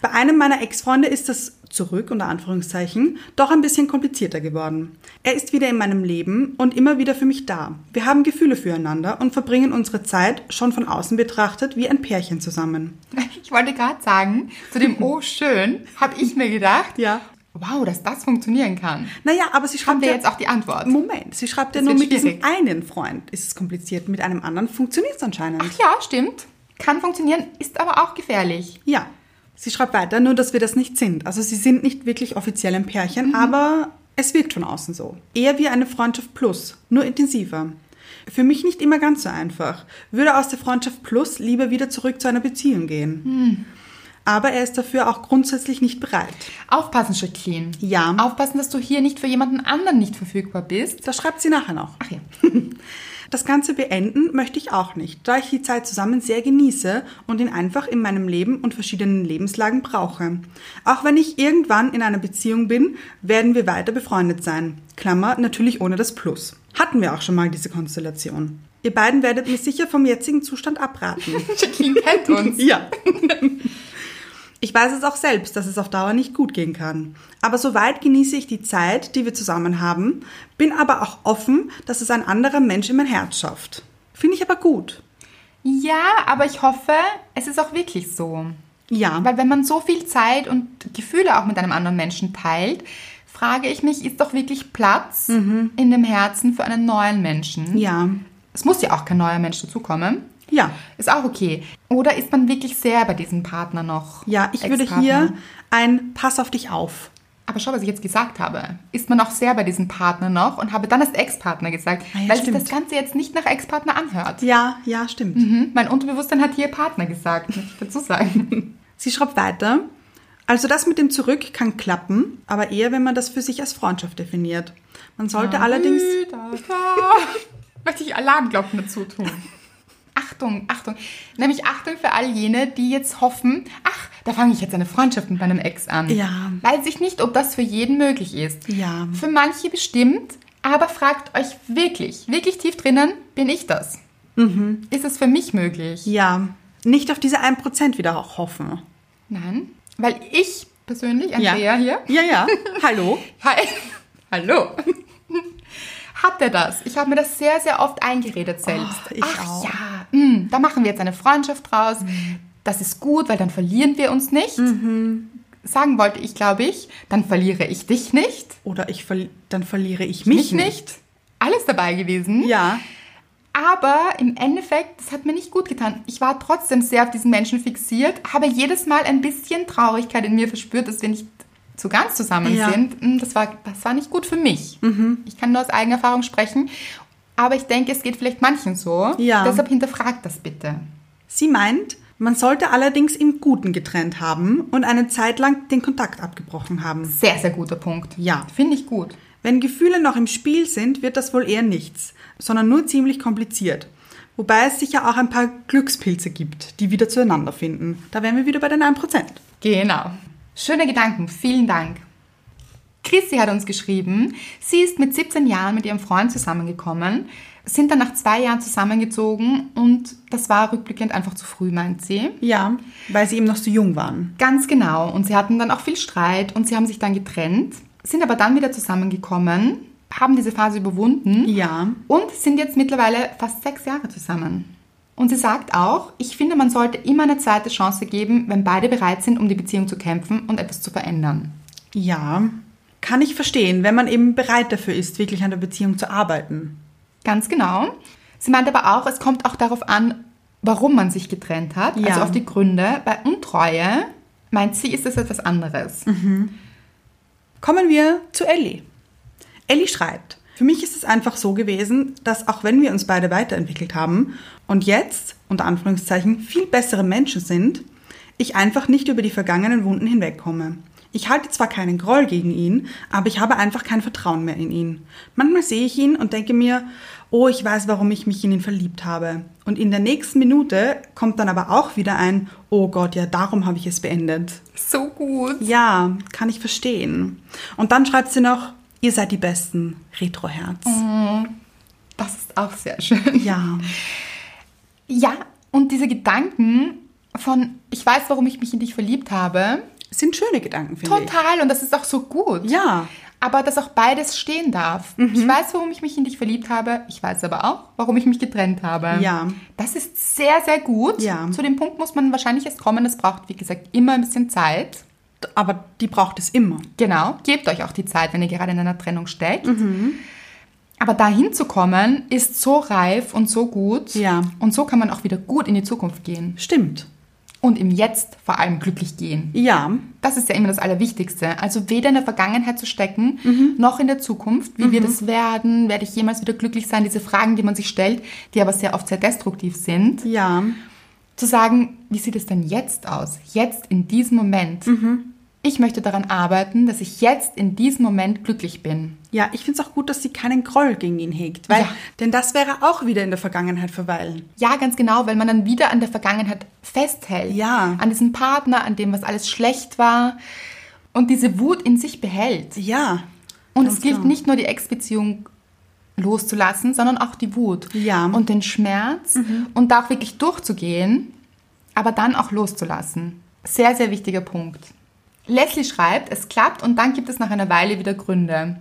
[SPEAKER 2] Bei einem meiner Ex-Freunde ist das zurück, unter Anführungszeichen, doch ein bisschen komplizierter geworden. Er ist wieder in meinem Leben und immer wieder für mich da. Wir haben Gefühle füreinander und verbringen unsere Zeit, schon von außen betrachtet, wie ein Pärchen zusammen.
[SPEAKER 1] Ich wollte gerade sagen, zu dem Oh, schön, habe ich mir gedacht,
[SPEAKER 2] Ja.
[SPEAKER 1] wow, dass das funktionieren kann.
[SPEAKER 2] Naja, aber sie
[SPEAKER 1] Haben
[SPEAKER 2] schreibt
[SPEAKER 1] wir
[SPEAKER 2] ja...
[SPEAKER 1] jetzt auch die Antwort?
[SPEAKER 2] Moment, sie schreibt ja
[SPEAKER 1] Das
[SPEAKER 2] nur
[SPEAKER 1] wird
[SPEAKER 2] mit diesem
[SPEAKER 1] schwierig.
[SPEAKER 2] einen Freund ist es kompliziert, mit einem anderen funktioniert es anscheinend.
[SPEAKER 1] Ach ja, stimmt. Kann funktionieren, ist aber auch gefährlich.
[SPEAKER 2] Ja. Sie schreibt weiter, nur dass wir das nicht sind. Also sie sind nicht wirklich offiziell ein Pärchen, aber es wirkt von außen so. Eher wie eine Freundschaft plus, nur intensiver. Für mich nicht immer ganz so einfach. Würde aus der Freundschaft plus lieber wieder zurück zu einer Beziehung gehen. Aber er ist dafür auch grundsätzlich nicht bereit.
[SPEAKER 1] Aufpassen, Jacqueline.
[SPEAKER 2] Ja.
[SPEAKER 1] Aufpassen, dass du hier nicht für jemanden anderen nicht verfügbar bist.
[SPEAKER 2] Das schreibt sie nachher noch.
[SPEAKER 1] Ach ja.
[SPEAKER 2] Das Ganze beenden möchte ich auch nicht, da ich die Zeit zusammen sehr genieße und ihn einfach in meinem Leben und verschiedenen Lebenslagen brauche. Auch wenn ich irgendwann in einer Beziehung bin, werden wir weiter befreundet sein. Klammer, natürlich ohne das Plus. Hatten wir auch schon mal diese Konstellation. Ihr beiden werdet mir sicher vom jetzigen Zustand abraten.
[SPEAKER 1] Jacqueline kennt uns.
[SPEAKER 2] ja. Ich weiß es auch selbst, dass es auf Dauer nicht gut gehen kann. Aber soweit genieße ich die Zeit, die wir zusammen haben, bin aber auch offen, dass es ein anderer Mensch in mein Herz schafft. Finde ich aber gut.
[SPEAKER 1] Ja, aber ich hoffe, es ist auch wirklich so.
[SPEAKER 2] Ja.
[SPEAKER 1] Weil wenn man so viel Zeit und Gefühle auch mit einem anderen Menschen teilt, frage ich mich, ist doch wirklich Platz in dem Herzen für einen neuen Menschen?
[SPEAKER 2] Mhm. Ja.
[SPEAKER 1] Es muss ja auch kein neuer Mensch dazukommen.
[SPEAKER 2] Ja.
[SPEAKER 1] Ist auch okay. Oder ist man wirklich sehr bei diesem Partner noch?
[SPEAKER 2] Ja, ich würde
[SPEAKER 1] Ex-Partner?
[SPEAKER 2] hier ein Pass auf dich auf.
[SPEAKER 1] Aber schau, was ich jetzt gesagt habe. Ist man auch sehr bei diesem Partner noch und habe dann das Ex-Partner gesagt,
[SPEAKER 2] Ah ja,
[SPEAKER 1] weil
[SPEAKER 2] stimmt.
[SPEAKER 1] sich das Ganze jetzt nicht nach Ex-Partner anhört.
[SPEAKER 2] Ja, ja, stimmt.
[SPEAKER 1] Mhm. Mein Unterbewusstsein hat hier Partner gesagt, muss ich dazu sagen.
[SPEAKER 2] Sie schreibt weiter. Also das mit dem Zurück kann klappen, aber eher, wenn man das für sich als Freundschaft definiert. Man
[SPEAKER 1] Ah.
[SPEAKER 2] sollte allerdings...
[SPEAKER 1] Möchte ich Alarmglocken dazu tun. Achtung, Achtung. Nämlich Achtung für all jene, die jetzt hoffen, ach, da fange ich jetzt eine Freundschaft mit meinem Ex an.
[SPEAKER 2] Ja.
[SPEAKER 1] Weiß ich nicht, ob das für jeden möglich ist.
[SPEAKER 2] Ja.
[SPEAKER 1] Für manche bestimmt, aber fragt euch wirklich, wirklich tief drinnen, bin ich das?
[SPEAKER 2] Mhm.
[SPEAKER 1] Ist es für mich möglich?
[SPEAKER 2] Ja, nicht auf diese 1% wieder auch hoffen.
[SPEAKER 1] Nein. Weil ich persönlich, Andrea hier,
[SPEAKER 2] Ja, ja. Hallo.
[SPEAKER 1] Hi. Hallo. Hatte das. Ich habe mir das sehr, sehr oft eingeredet selbst.
[SPEAKER 2] Oh, ich
[SPEAKER 1] Ach
[SPEAKER 2] auch.
[SPEAKER 1] ja, hm, da machen wir jetzt eine Freundschaft draus. Das ist gut, weil dann verlieren wir uns nicht.
[SPEAKER 2] Mhm.
[SPEAKER 1] Sagen wollte ich, glaube ich, dann verliere ich dich nicht.
[SPEAKER 2] Oder ich verli dann verliere ich mich,
[SPEAKER 1] Alles dabei gewesen.
[SPEAKER 2] Ja.
[SPEAKER 1] Aber im Endeffekt, das hat mir nicht gut getan. Ich war trotzdem sehr auf diesen Menschen fixiert, habe jedes Mal ein bisschen Traurigkeit in mir verspürt, dass wir nicht so ganz zusammen
[SPEAKER 2] Ja. Mhm.
[SPEAKER 1] sind. Mm, Das war, das war nicht gut für mich. Ich kann nur aus eigener Erfahrung sprechen. Aber ich denke, es geht vielleicht manchen so.
[SPEAKER 2] Ja.
[SPEAKER 1] Deshalb hinterfragt das bitte.
[SPEAKER 2] Sie meint, man sollte allerdings im Guten getrennt haben und eine Zeit lang den Kontakt abgebrochen haben.
[SPEAKER 1] Sehr, sehr guter Punkt.
[SPEAKER 2] Ja.
[SPEAKER 1] Finde ich gut.
[SPEAKER 2] Wenn Gefühle noch im Spiel sind, wird das wohl eher nichts, sondern nur ziemlich kompliziert. Wobei es sicher auch ein paar Glückspilze gibt, die wieder zueinander finden. Da wären wir wieder bei den 1%.
[SPEAKER 1] Genau. Schöne Gedanken, vielen Dank. Chrissy hat uns geschrieben, sie ist mit 17 Jahren mit ihrem Freund zusammengekommen, sind dann nach zwei Jahren zusammengezogen und das war rückblickend einfach zu früh, meint sie.
[SPEAKER 2] Ja, weil sie eben noch so jung waren.
[SPEAKER 1] Ganz genau. Und sie hatten dann auch viel Streit und sie haben sich dann getrennt, sind aber dann wieder zusammengekommen, haben diese Phase überwunden
[SPEAKER 2] Ja.
[SPEAKER 1] und sind jetzt mittlerweile fast sechs Jahre zusammen. Und sie sagt auch, ich finde, man sollte immer eine zweite Chance geben, wenn beide bereit sind, um die Beziehung zu kämpfen und etwas zu verändern.
[SPEAKER 2] Ja. Kann ich verstehen, wenn man eben bereit dafür ist, wirklich an der Beziehung zu arbeiten.
[SPEAKER 1] Ganz genau. Sie meint aber auch, es kommt auch darauf an, warum man sich getrennt hat,
[SPEAKER 2] Ja.
[SPEAKER 1] also auf die Gründe. Bei Untreue, meint sie, ist es etwas anderes.
[SPEAKER 2] Kommen wir zu Ellie. Ellie schreibt, für mich ist es einfach so gewesen, dass auch wenn wir uns beide weiterentwickelt haben und jetzt, unter Anführungszeichen, viel bessere Menschen sind, ich einfach nicht über die vergangenen Wunden hinwegkomme. Ich halte zwar keinen Groll gegen ihn, aber ich habe einfach kein Vertrauen mehr in ihn. Manchmal sehe ich ihn und denke mir, oh, ich weiß, warum ich mich in ihn verliebt habe. Und in der nächsten Minute kommt dann aber auch wieder ein, oh Gott, ja, darum habe ich es beendet.
[SPEAKER 1] So gut.
[SPEAKER 2] Ja, kann ich verstehen. Und dann schreibt sie noch, ihr seid die Besten, Retroherz.
[SPEAKER 1] Mhm. Das ist auch sehr schön.
[SPEAKER 2] Ja,
[SPEAKER 1] Ja, und diese Gedanken von, ich weiß, warum ich mich in dich verliebt habe,
[SPEAKER 2] sind schöne Gedanken, finde ich.
[SPEAKER 1] total, und das ist auch so gut.
[SPEAKER 2] Ja,
[SPEAKER 1] Aber dass auch beides stehen darf.
[SPEAKER 2] Mhm.
[SPEAKER 1] Ich weiß, warum ich mich in dich verliebt habe. Ich weiß aber auch, warum ich mich getrennt habe.
[SPEAKER 2] Ja.
[SPEAKER 1] Das ist sehr, sehr gut.
[SPEAKER 2] Ja.
[SPEAKER 1] Zu dem Punkt muss man wahrscheinlich erst kommen. Das braucht, wie gesagt, immer ein bisschen Zeit.
[SPEAKER 2] aber die braucht es immer.
[SPEAKER 1] Genau. Gebt euch auch die Zeit, wenn ihr gerade in einer Trennung steckt.
[SPEAKER 2] Mhm.
[SPEAKER 1] Aber dahin zu kommen, ist so reif und so gut.
[SPEAKER 2] Ja.
[SPEAKER 1] Und so kann man auch wieder gut in die Zukunft gehen.
[SPEAKER 2] Stimmt.
[SPEAKER 1] Und im Jetzt vor allem glücklich gehen.
[SPEAKER 2] Ja,
[SPEAKER 1] Das ist ja immer das Allerwichtigste. Also weder in der Vergangenheit zu stecken, noch in der Zukunft. Wie wird es werden? Werde ich jemals wieder glücklich sein? Diese Fragen, die man sich stellt, die aber sehr oft sehr destruktiv sind.
[SPEAKER 2] ja,
[SPEAKER 1] Zu sagen, wie sieht es denn jetzt aus? Jetzt in diesem Moment. Ich möchte daran arbeiten, dass ich jetzt in diesem Moment glücklich bin.
[SPEAKER 2] ja. Ich finde es auch gut, dass sie keinen Groll gegen ihn hegt, weil
[SPEAKER 1] Ja.
[SPEAKER 2] denn das wäre auch wieder in der Vergangenheit verweilen.
[SPEAKER 1] Ja, ganz genau, weil man dann wieder an der Vergangenheit festhält.
[SPEAKER 2] Ja.
[SPEAKER 1] An diesem Partner, an dem, was alles schlecht war. Und diese Wut in sich behält.
[SPEAKER 2] Ja,
[SPEAKER 1] Und
[SPEAKER 2] Ganz genau.
[SPEAKER 1] es gilt
[SPEAKER 2] klar.
[SPEAKER 1] nicht nur die Ex-Beziehung loszulassen, sondern auch die Wut
[SPEAKER 2] Ja. Mhm.
[SPEAKER 1] und den Schmerz und da auch wirklich durchzugehen, aber dann auch loszulassen. Sehr, sehr wichtiger Punkt. Leslie schreibt, es klappt und dann gibt es nach einer Weile wieder Gründe.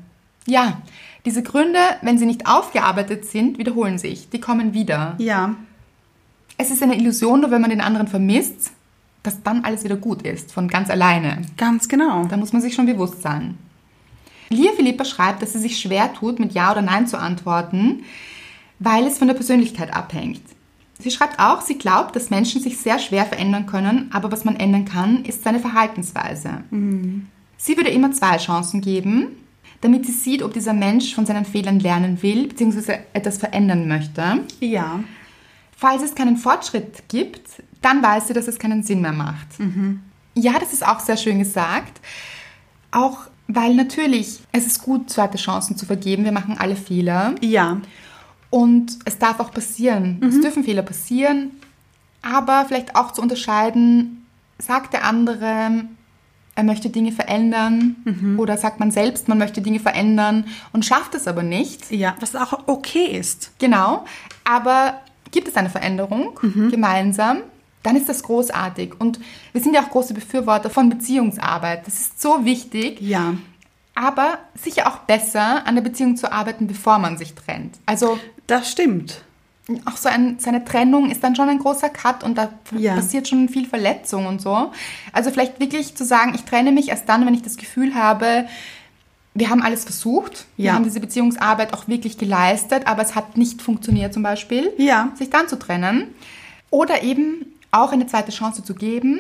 [SPEAKER 1] Ja, diese Gründe, wenn sie nicht aufgearbeitet sind, wiederholen sich. Die kommen wieder.
[SPEAKER 2] ja,
[SPEAKER 1] Es ist eine Illusion, nur wenn man den anderen vermisst, dass dann alles wieder gut ist, von ganz alleine.
[SPEAKER 2] ganz genau.
[SPEAKER 1] Da muss man sich schon bewusst sein. Lia Philippa schreibt, dass sie sich schwer tut, mit Ja oder Nein zu antworten, weil es von der Persönlichkeit abhängt. Sie schreibt auch, sie glaubt, dass Menschen sich sehr schwer verändern können, aber was man ändern kann, ist seine Verhaltensweise. Sie würde immer zwei Chancen geben, damit sie sieht, ob dieser Mensch von seinen Fehlern lernen will bzw. etwas verändern möchte.
[SPEAKER 2] Ja,
[SPEAKER 1] Falls es keinen Fortschritt gibt, dann weißt du, dass es keinen Sinn mehr macht. Ja, das ist auch sehr schön gesagt. Auch weil natürlich, es ist gut, zweite Chancen zu vergeben. Wir machen alle Fehler.
[SPEAKER 2] ja,
[SPEAKER 1] Und es darf auch passieren. Es dürfen Fehler passieren. Aber vielleicht auch zu unterscheiden, sagt der andere, er möchte Dinge verändern. Oder sagt man selbst, man möchte Dinge verändern und schafft es aber nicht.
[SPEAKER 2] ja. Was auch okay ist.
[SPEAKER 1] Genau. Aber gibt es eine Veränderung gemeinsam, dann ist das großartig. Und wir sind ja auch große Befürworter von Beziehungsarbeit. Das ist so wichtig.
[SPEAKER 2] Ja,
[SPEAKER 1] Aber sicher auch besser, an der Beziehung zu arbeiten, bevor man sich trennt. Also
[SPEAKER 2] das stimmt.
[SPEAKER 1] auch so ein, seine Trennung ist dann schon ein großer Cut und da f-
[SPEAKER 2] Ja.
[SPEAKER 1] passiert schon viel Verletzung und so. Also vielleicht wirklich zu sagen, ich trenne mich erst dann, wenn ich das Gefühl habe, wir haben alles versucht, wir
[SPEAKER 2] Ja.
[SPEAKER 1] haben diese Beziehungsarbeit auch wirklich geleistet, aber es hat nicht funktioniert zum Beispiel,
[SPEAKER 2] Ja.
[SPEAKER 1] sich dann zu trennen. Oder eben auch eine zweite Chance zu geben,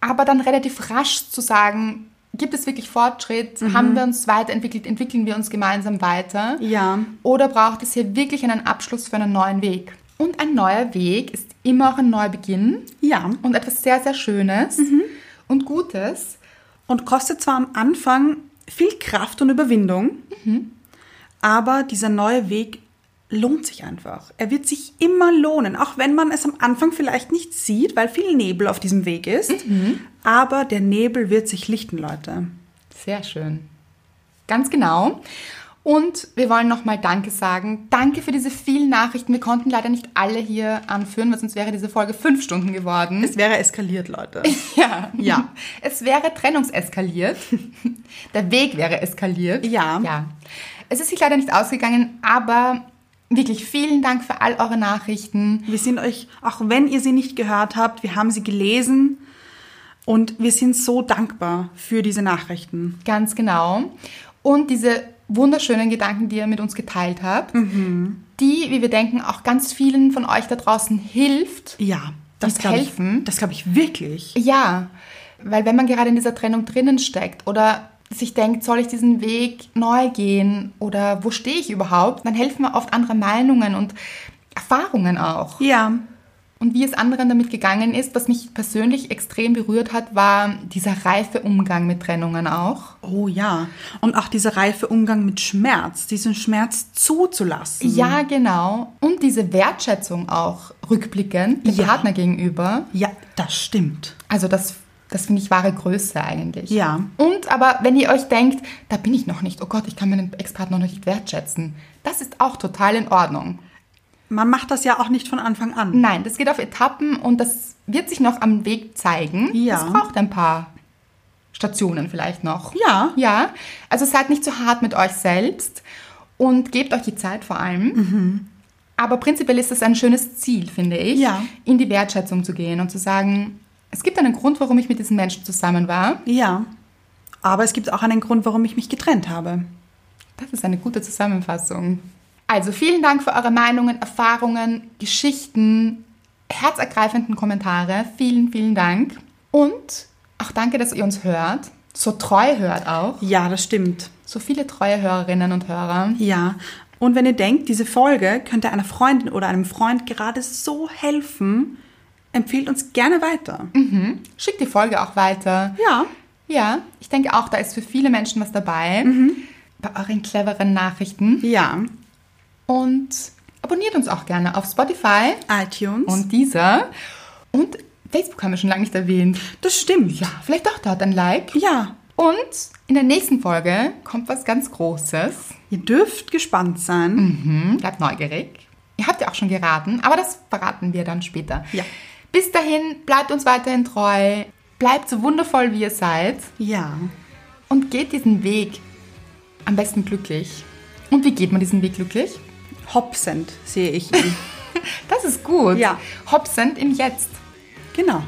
[SPEAKER 1] aber dann relativ rasch zu sagen, gibt es wirklich Fortschritt,
[SPEAKER 2] Mhm.
[SPEAKER 1] haben wir uns weiterentwickelt, entwickeln wir uns gemeinsam weiter.
[SPEAKER 2] Ja.
[SPEAKER 1] Oder braucht es hier wirklich einen Abschluss für einen neuen Weg? Und ein neuer Weg ist immer auch ein Neubeginn
[SPEAKER 2] Ja. Mhm.
[SPEAKER 1] und etwas sehr, sehr Schönes und Gutes.
[SPEAKER 2] und kostet zwar am
[SPEAKER 1] Mhm.
[SPEAKER 2] Anfang viel Kraft und Überwindung, aber dieser neue Weg lohnt sich einfach. Er wird sich immer lohnen, auch wenn man es am Anfang vielleicht nicht sieht, weil viel Nebel auf diesem Weg ist.
[SPEAKER 1] Mhm.
[SPEAKER 2] Aber der Nebel wird sich lichten, Leute.
[SPEAKER 1] Sehr schön. Ganz genau. Und wir wollen nochmal Danke sagen. Danke für diese vielen Nachrichten. Wir konnten leider nicht alle hier anführen, weil sonst wäre diese Folge fünf Stunden geworden.
[SPEAKER 2] Es wäre eskaliert, Leute.
[SPEAKER 1] ja.
[SPEAKER 2] Ja.
[SPEAKER 1] Es wäre trennungseskaliert. Der Weg wäre eskaliert.
[SPEAKER 2] Ja.
[SPEAKER 1] Ja. Es ist sich leider nicht ausgegangen, aber wirklich vielen Dank für all eure Nachrichten.
[SPEAKER 2] Wir sind euch, auch wenn ihr sie nicht gehört habt, wir haben sie gelesen und wir sind so dankbar für diese Nachrichten.
[SPEAKER 1] Ganz genau. Und diese wunderschönen Gedanken, die ihr mit uns geteilt habt,
[SPEAKER 2] Mhm.
[SPEAKER 1] die, wie wir denken, auch ganz vielen von euch da draußen hilft.
[SPEAKER 2] Ja,
[SPEAKER 1] Und
[SPEAKER 2] glaub
[SPEAKER 1] helfen.
[SPEAKER 2] Ich, das glaube ich wirklich.
[SPEAKER 1] Ja, weil wenn man gerade in dieser Trennung drinnen steckt oder sich denkt, soll ich diesen Weg neu gehen oder wo stehe ich überhaupt, dann helfen mir oft andere Meinungen und Erfahrungen auch.
[SPEAKER 2] Ja,
[SPEAKER 1] Und wie es anderen damit gegangen ist, was mich persönlich extrem berührt hat, war dieser reife Umgang mit Trennungen auch.
[SPEAKER 2] Oh ja. Und auch dieser reife Umgang mit Schmerz, diesen Schmerz zuzulassen.
[SPEAKER 1] Ja, genau. Und diese Wertschätzung auch rückblickend dem
[SPEAKER 2] Ja.
[SPEAKER 1] Partner gegenüber.
[SPEAKER 2] Ja, das stimmt.
[SPEAKER 1] Also das, das finde ich wahre Größe eigentlich.
[SPEAKER 2] Ja.
[SPEAKER 1] Und aber wenn ihr euch denkt, da bin ich noch nicht, oh Gott, ich kann meinen Ex-Partner noch nicht wertschätzen, das ist auch total in Ordnung.
[SPEAKER 2] Man macht das ja auch nicht von Anfang an.
[SPEAKER 1] Nein, das geht auf Etappen und das wird sich noch am Weg zeigen.
[SPEAKER 2] Ja.
[SPEAKER 1] Das braucht ein paar Stationen vielleicht noch.
[SPEAKER 2] Ja.
[SPEAKER 1] Ja. Also seid nicht zu hart mit euch selbst und gebt euch die Zeit vor allem. Aber prinzipiell ist es ein schönes Ziel, finde ich,
[SPEAKER 2] Mhm. Ja.
[SPEAKER 1] in die Wertschätzung zu gehen und zu sagen, es gibt einen Grund, warum ich mit diesen Menschen zusammen war.
[SPEAKER 2] Ja. Aber es gibt auch einen Grund, warum ich mich getrennt habe.
[SPEAKER 1] Das ist eine gute Zusammenfassung. Also vielen Dank für eure Meinungen, Erfahrungen, Geschichten, herzergreifenden Kommentare. Vielen, vielen Dank. Und auch danke, dass ihr uns hört. So treu hört auch.
[SPEAKER 2] Ja, das stimmt.
[SPEAKER 1] So viele treue Hörerinnen und Hörer.
[SPEAKER 2] Ja. Und wenn ihr denkt, diese Folge könnte einer Freundin oder einem Freund gerade so helfen, empfehlt uns gerne weiter.
[SPEAKER 1] Schickt die Folge auch weiter.
[SPEAKER 2] Ja.
[SPEAKER 1] Ja, ich denke auch, da ist für viele Menschen was dabei. Bei euren cleveren Nachrichten.
[SPEAKER 2] Ja.
[SPEAKER 1] Und abonniert uns auch gerne auf Spotify
[SPEAKER 2] iTunes.
[SPEAKER 1] und dieser. Und Facebook haben wir schon lange nicht erwähnt.
[SPEAKER 2] das stimmt.
[SPEAKER 1] Ja, vielleicht doch dort ein Like.
[SPEAKER 2] Ja.
[SPEAKER 1] Und in der nächsten Folge kommt was ganz Großes.
[SPEAKER 2] Ihr dürft gespannt sein.
[SPEAKER 1] Hm, Bleibt neugierig. Ihr habt ja auch schon geraten, aber das verraten wir dann später.
[SPEAKER 2] Ja.
[SPEAKER 1] Bis dahin, bleibt uns weiterhin treu, bleibt so wundervoll, wie ihr seid
[SPEAKER 2] Ja.
[SPEAKER 1] und geht diesen Weg am besten glücklich. Und wie geht man diesen Weg glücklich?
[SPEAKER 2] Hopsend sehe ich ihn.
[SPEAKER 1] Das ist gut.
[SPEAKER 2] Ja.
[SPEAKER 1] Hopsend im Jetzt.
[SPEAKER 2] genau.